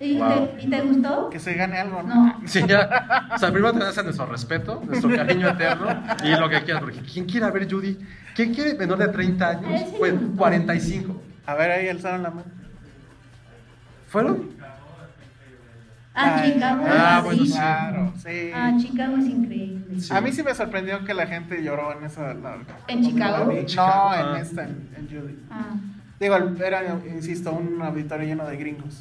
¿Y,
Wow.
te, y te gustó?
que se gane algo, ¿no?
No.
Sí, ya. O sea, primero te hacen nuestro respeto, nuestro cariño eterno y lo que quieras. Porque ¿quién quiere ver Judy? ¿Quién quiere menor de 30 años? Pues 45.
A ver, ahí alzaron la mano.
¿Fueron?
Ah,
Ay,
Chicago.
ah,
sí.
bueno, sí.
Claro, sí.
Ah, Chicago es increíble.
A mí sí me sorprendió que la gente lloró en esa. la-
¿En Chicago?
No, en
Chicago, ah.
esta, en, en Judy.
Ah,
Digo, era, insisto, un auditorio lleno de gringos.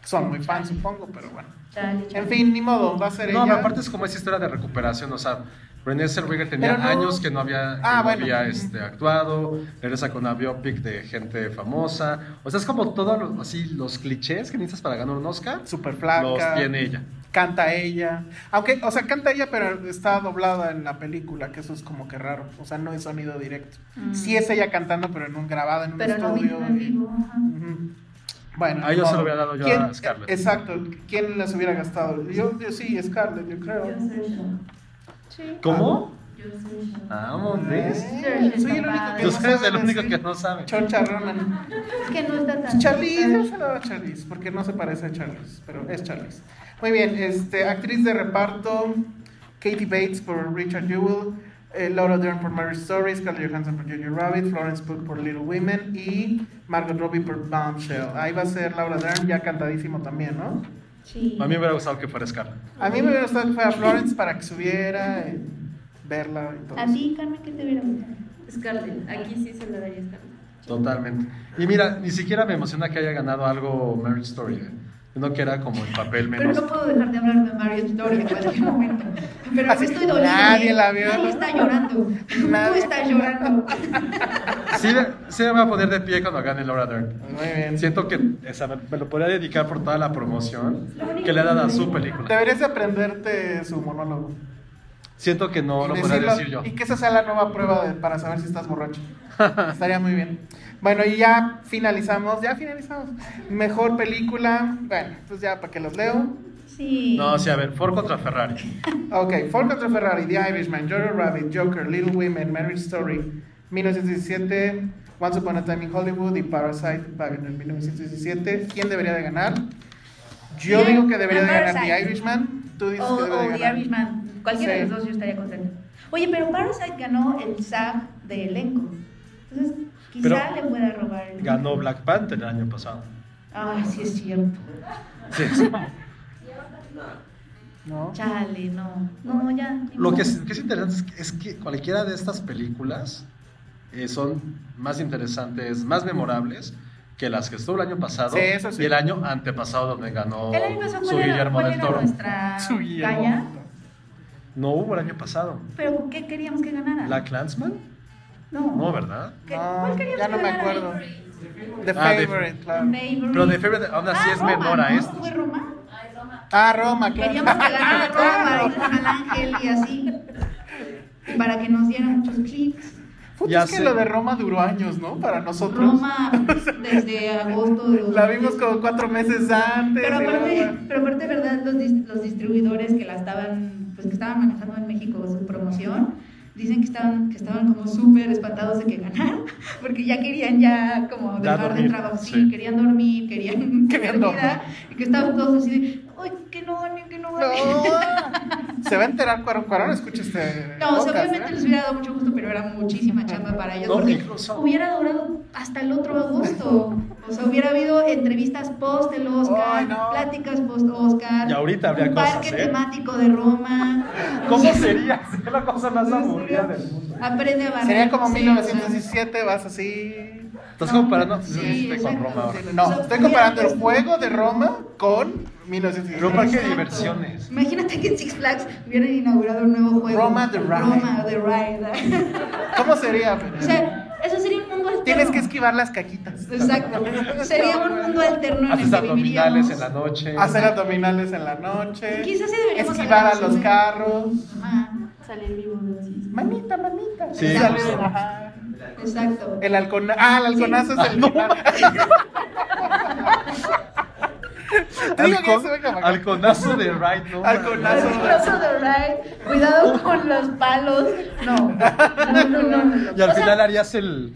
que Son muy fans, supongo, pero bueno.
chale, chale.
En fin, ni modo, va a ser
No,
ella.
pero aparte es como esa historia de recuperación, o sea, René Zellweger tenía
Pero no-
años que no había, que
Ah,
no
bueno.
había, este, actuado, regresa con una biopic de gente famosa, o sea, es como todos los, así, los clichés que necesitas para ganar un Oscar,
Súper flaca.
los tiene ella.
Canta ella. Aunque, o sea, canta ella, pero está doblada en la película, que eso es como que raro. O sea, no es sonido directo.
Mm.
Sí es ella cantando, pero en un grabado, en un
Pero no
estudio.
vino en vivo. ajá.
Ujú. Bueno,
Ah, yo se
no.
lo hubiera dado yo
¿Quién-
a Scarlett.
Exacto, ¿quién las hubiera gastado? Yo, yo sí, Scarlett, yo creo.
Yo soy yo.
¿Cómo?
Yo soy yo.
Vamos, ¿ves?
Eh, Soy el único que
Tú
no
eres
sabe
el único
decir
que no sabe.
Choncha Ronan.
Es que no está tan.
Charlize, yo se la doy a Charlize, porque no se parece a Charlize, pero es Charlize. Muy bien, este, actriz de reparto, Katie Bates por Richard Jewell, eh, Laura Dern por Marriage Story, Scarlett Johansson por Jojo Rabbit, Florence Pugh por Little Women y Margot Robbie por Bombshell. Ahí va a ser Laura Dern, ya cantadísimo también, ¿no?
Sí.
A mí me hubiera gustado que fuera Scarlett.
A mí me hubiera gustado que fuera Florence para que subiera, eh, verla y todo.
¿A ti, Carmen, qué te hubiera gustado?
Scarlett, aquí sí se la daría Scarlett.
Totalmente. Y mira, ni siquiera me emociona que haya ganado algo Marriage Story. ¿eh? No que era como el papel
Pero
menos.
no puedo dejar de hablar de Mario Story en cualquier momento. Pero
Así,
no estoy doliendo.
nadie la vio, ¿no?
Nadie está llorando.
Nadie.
Tú estás llorando.
Sí, sí me voy a poner de pie cuando gane Laura Dern.
Muy bien.
Siento que o sea, me lo podría dedicar por toda la promoción que le ha dado a su película.
Deberías de aprenderte su monólogo.
Siento que no
Y
lo podría
decirlo-
decir yo.
Y que esa sea la nueva prueba de- para saber si estás borracho. Estaría muy bien. Bueno, y ya finalizamos, ya finalizamos. Mejor película, bueno, pues ya para que los leo.
Sí.
No, sí, a ver, Ford contra Ferrari.
Ok, Ford contra Ferrari, The Irishman, Jojo Rabbit, Joker, Little Women, Marriage Story, 1917, Once Upon a Time in Hollywood y Parasite, Babylon, 1917. ¿Quién debería de ganar? Yo
Bien, Ah,
digo que debería de ganar The
Parasite.
Irishman, tú dices
O,
que debería
o
de
The
ganar.
Irishman. Cualquiera de
Sí.
los dos yo estaría contenta. Oye, pero Parasite ganó el SAG de elenco. Entonces, quizá
Pero-
le pueda robar el.
Ganó Black Panther el año pasado.
Ah, sí es cierto.
Sí, es-
¿No?
Chale, no. No, ya. ni
Lo que
modo.
es, que es interesante es que, es que cualquiera de estas películas eh, son más interesantes, más memorables que las que estuvo el año pasado
Sí, eso sí.
y el año antepasado donde ganó
El año pasado,
su
¿cuál era,
Guillermo
cuál
del
era
Toro.
nuestra
Su Guillermo.
galla?
No hubo el año pasado.
¿Pero qué queríamos que ganara?
¿La Clansman?
No.
No, ¿verdad?
¿Qué-
No,
¿Cuál queríamos
ya no
que
me
ganara?
acuerdo. The
Ah, de-
Favorite, claro.
Favorite.
Pero de febrero, aún así
Ah,
es este.
Roma,
memora
¿no?
esto.
¿Fue Roma?
Ah, Roma, claro.
Queríamos que ganara
Ah,
Roma, San Ángel y así. Para que nos dieran muchos clics.
Puta,
Ya
es que
sé.
lo de Roma duró años, ¿no? Para nosotros.
Roma desde agosto de 2000.
La vimos como cuatro meses antes.
Pero
y luego-
aparte, pero aparte, ¿verdad? Los, dis- los distribuidores que la estaban, pues que estaban manejando en México su promoción, dicen que estaban, que estaban como súper espantados de que ganara, porque ya querían ya como
Ya
dejar
dormir,
de trabajar, sí,
sí.
querían dormir, querían
Querían
tener vida, y que estaban todos así de, ¡ay, que no ganen, que no ganen!
No. Se va a enterar Cuarón. Cuarón escucha este.
No, o sea,
podcast,
obviamente
¿eh?
les hubiera dado mucho gusto, pero era muchísima chamba para ellos.
No,
porque
incluso-
hubiera durado hasta el otro agosto. O sea, hubiera habido entrevistas post el Oscar,
Ay, no.
pláticas post Oscar.
Y ahorita habría
un
cosas,
parque
¿eh?
temático de Roma.
¿Cómo
Mm,
sería? Sería la cosa más aburrida
Sería-
del mundo.
Aprende a barrer.
Sería como
sí,
1917, vas así.
Estás comparando
Sí,
este con
exacto.
Roma ahora.
No,
O sea,
estoy comparando el
hubiera-
juego de Roma con
o sea,
Roma.
1917.
parque de
exacto.
diversiones.
Imagínate que en Six Flags hubieran inaugurado un nuevo juego.
Roma the Ride.
Roma the Ride.
¿Cómo sería? Fer?
o sea, eso sería un mundo alterno.
Tienes que esquivar las caquitas.
Exacto. Sería un mundo alterno en el
Haces
que viviríamos.
abdominales en la noche.
Hacer abdominales en Ah, la noche.
Quizás sí deberíamos
Esquivar a
hacer eso, Ah,
los
¿eh?
carros.
Ajá,
Salir vivo de un sismo.
Mamita, mamita.
Sí,
Sale-
justo.
ajá.
exacto.
El halcona- Ah, el halconazo es el. Te digo que
Alcon-
eso, venga, venga.
Alconazo de Wright, ¿no?
Alconazo.
El trozo de Ride, cuidado con los palos. No, no, no, no. no.
Y al final harías el.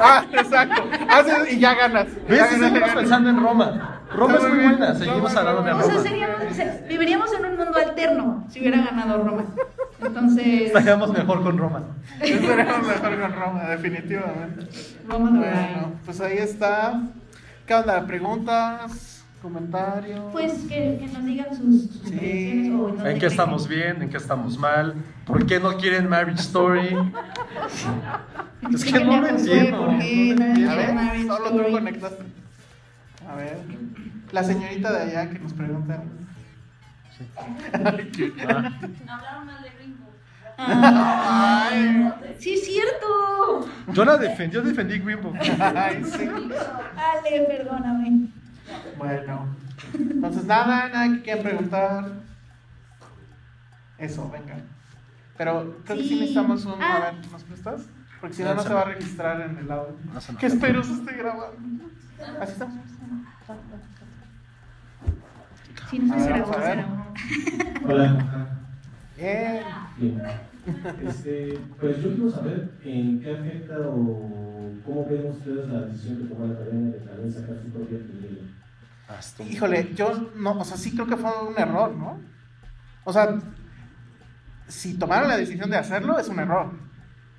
Ah, exacto. Haces y ya ganas. Ya
¿Ves?
ganas, ya
Seguimos
ganas.
pensando en Roma. Roma es
Está muy
muy
bien.
buena.
Está
Seguimos
muy
hablando de
bien.
O sea,
Roma.
seríamos, se- viviríamos en un mundo alterno si hubiera ganado Roma. Entonces,
Estaríamos mejor con Roma.
Estaremos mejor con Roma, definitivamente.
Roma Doral.
Bueno, pues ahí está. ¿Qué onda? ¿Preguntas? ¿Comentarios?
Pues que, que nos digan sus, sus
Sí.
impresiones o
¿En
en dónde
qué
creen
estamos bien? ¿En qué estamos mal? ¿Por qué no quieren Marriage Story? Es que no lo entiendo.
¿Por qué?
no lo
A
entiendo.
ver,
Marriage
solo tú
Story.
conectaste. A ver, la señorita de allá que nos pregunta.
Hablaron mal de Gringo.
Ay,
Ah. Sí, es cierto.
Yo la defendí, yo defendí Green Book.
ay, sí.
Ale, perdóname.
Bueno, entonces nada, nada que quieran preguntar. Eso, venga. Pero creo que sí
Sí.
necesitamos un. A
Ah.
ver, ¿nos prestas? Porque si no, no se va a registrar en el audio.
Lánzame.
Que espero se esté grabando. este Así estamos.
Sí, no
A
sé si
ver,
era
vamos a
uno,
ver.
será uno.
Hola.
Bien.
Bien. Este, pues yo quiero saber en qué afecta o cómo ven ustedes la decisión que tomó la academia de tal vez sacar su propia familia.
Híjole, yo no, o sea, sí creo que fue un error, ¿no? O sea, si tomaron la decisión de hacerlo, es un error.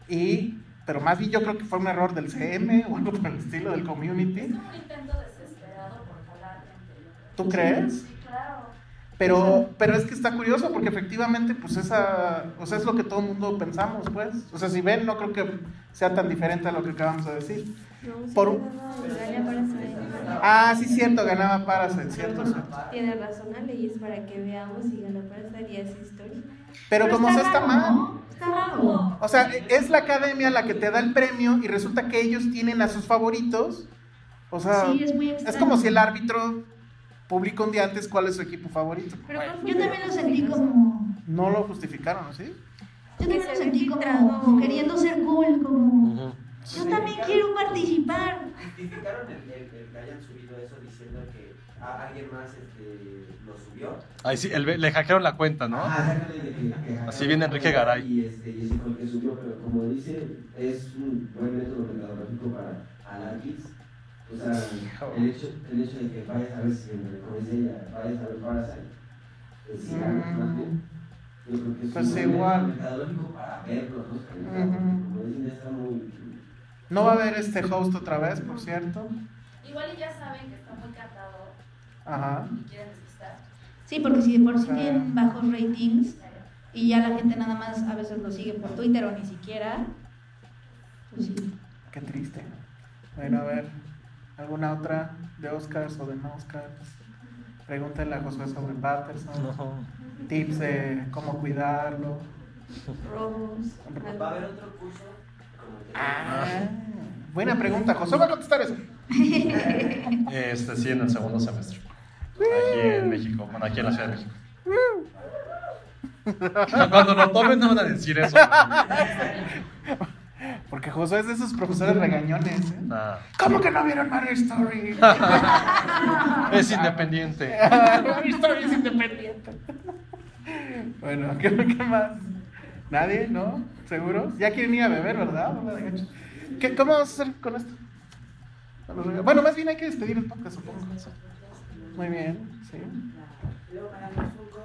Y, pero más bien yo creo que fue un error del CM o algo por el estilo del community.
Un intento desesperado por jalar gente. yo creo.
¿Tú crees?
Sí, claro.
Pero, pero es que está curioso porque efectivamente, pues esa, o sea, es lo que todo el mundo pensamos, pues. O sea, si ven, no creo que sea tan diferente a lo que acabamos de decir.
No, sí,
Por-
ganaba de Galia para saber.
Ah, sí, cierto, ganaba Parasite, cierto, cierto.
Tiene razón, Ale, y es para que veamos si ganó para esta y es historia.
Pero como se está
raro,
mal.
¿no? Está raro.
O sea, es la academia la que te da el premio y resulta que ellos tienen a sus favoritos. O sea,
Sí, es muy
Ah, es,
extraño.
como si el árbitro publica un día antes cuál es su equipo favorito.
Pero ¿cuál fue
Yo
el
también lo
error?
sentí como.
No lo justificaron, ¿sí?
Yo
Que
también
se
lo
ve
sentí
filtrado.
como queriendo ser cool, como. Yo también quiero participar.
Justificaron el, el- el que hayan subido eso diciendo que a- alguien más este, lo subió.
Ahí sí, el- le hackearon la cuenta, ¿no?
Ah, sácale de que- que
Así viene Enrique Garay.
Y, este, y ese fue el que subió, pero como dice, es un buen método metodológico para jalar geeks. O sea, el hecho, el hecho de que vayas a ver si, como dice ella, vayas a ver Parasite, es si ganas más bien. Yo creo que es
Pues
un buen
igual.
método metodológico para verlo, ¿no?
Ujú.
Como dicen, está muy...
No va a haber este host otra vez, por cierto.
Igual y ya saben que está muy catado
Ajá.
y quieren despistar.
Sí, porque si de por sí
Claro.
tienen bajos ratings y ya la gente nada más a veces lo sigue por Twitter o ni siquiera. Pues sí.
Qué triste. Bueno, a ver, ¿alguna otra de Oscars o de no Oscars? Pregúntenle a Josué sobre Patterson. Tips de cómo cuidarlo.
Robos.
Va a haber otro curso como el que-
Ah, buena pregunta. Josué va a contestar eso.
Este, sí, en el segundo semestre. Aquí en México, bueno, aquí en la Ciudad de México. Cuando lo tomen no van a decir eso.
Porque Josué es de esos profesores regañones. ¿eh?
Nah,
¿Cómo que no vieron Marriage Story?
es independiente.
Marriage Story es independiente. bueno, ¿qué, qué más? ¿Nadie? ¿No? ¿Seguros? Ya quieren ir a beber, ¿verdad? Hola, de gacho. ¿Qué, ¿Cómo vamos a hacer con esto? Con los regalos. Bueno, más bien hay que despedir el podcast, supongo. Muy bien, sí. Ok.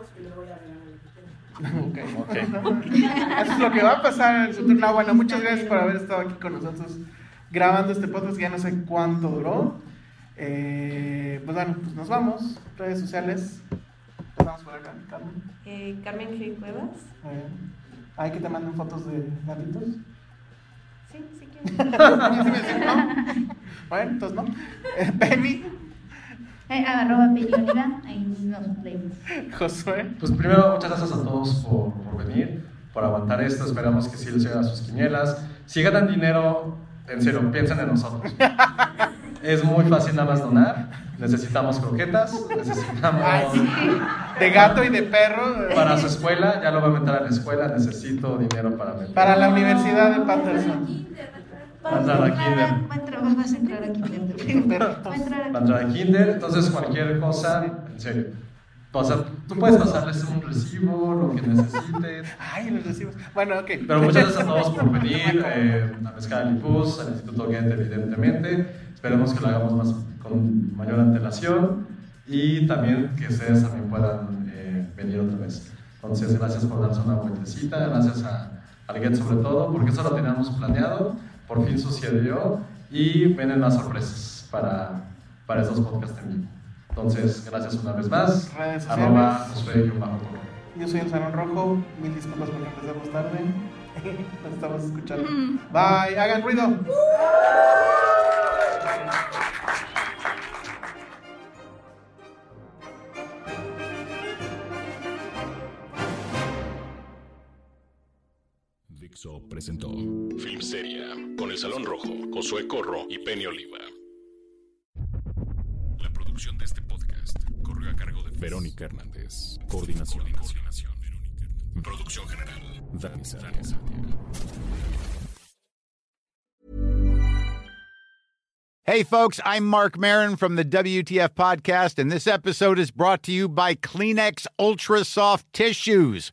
Ok.
Eso es lo que va a pasar en su turno. Ah, Bueno, muchas gracias por haber estado aquí con nosotros grabando este podcast que ya no sé cuánto duró. Eh, pues bueno, pues nos vamos. Redes sociales. Pasamos por acá, Carmen.
Eh, Carmen G. Cuevas.
Muy bien. Ahí que te manden fotos de gatitos.
Sí, sí quiero.
Sí me dicen, ¿no? Bueno, entonces no. Eh, Penny,
Eh, arroba Peñoliva, ahí nos leemos.
Josué.
Pues primero, muchas gracias a todos por, por venir, por aguantar esto. Esperamos que sí les lleguen a sus quinielas. Si ganan dinero, en serio, piensen en nosotros. Es muy fácil nada más donar. Necesitamos croquetas, necesitamos
Ay, sí. De gato y de perro. eh,
para su escuela. Ya lo va a meter a la escuela. Necesito dinero para meter.
Para la Universidad de Patterson.
Vas
Vas a la
entrar
kinder.
a- va a entrar- Vas a entrar aquí.
Perritos.
Va a entrar aquí.
Para entrar a kinder, entonces cualquier cosa, en serio. Pasa- tú puedes pasarles un recibo, lo que necesiten.
Ay, los recibos. Bueno, ok.
Pero muchas gracias a todos por venir, eh, a Pescar al Ipus, al Instituto Goethe, evidentemente. Esperemos que lo hagamos más, con mayor antelación y también que ustedes también puedan eh, venir otra vez. Entonces, gracias por darnos una vueltecita, gracias a, al Get sobre todo, porque eso lo teníamos planeado, por fin sucedió y vienen más sorpresas para, para estos podcasts en vivo. Entonces, gracias una vez más.
Redes sociales.
Arroba Josué guión bajo Toro.
Yo soy el Salón Rojo. Mil disculpas porque empezamos tarde. Nos estamos escuchando. Bye, hagan ruido.
Dixo presentó Film Seria con El Salón Rojo, Josué Corro y Penny Oliva. La producción de este podcast corrió a cargo de Verónica Hernández. Coordinación. Producción general. Dani Sadia.
Hey, folks, I'm Mark Marin from the WTF Podcast, and this episode is brought to you by Kleenex Ultra Soft Tissues,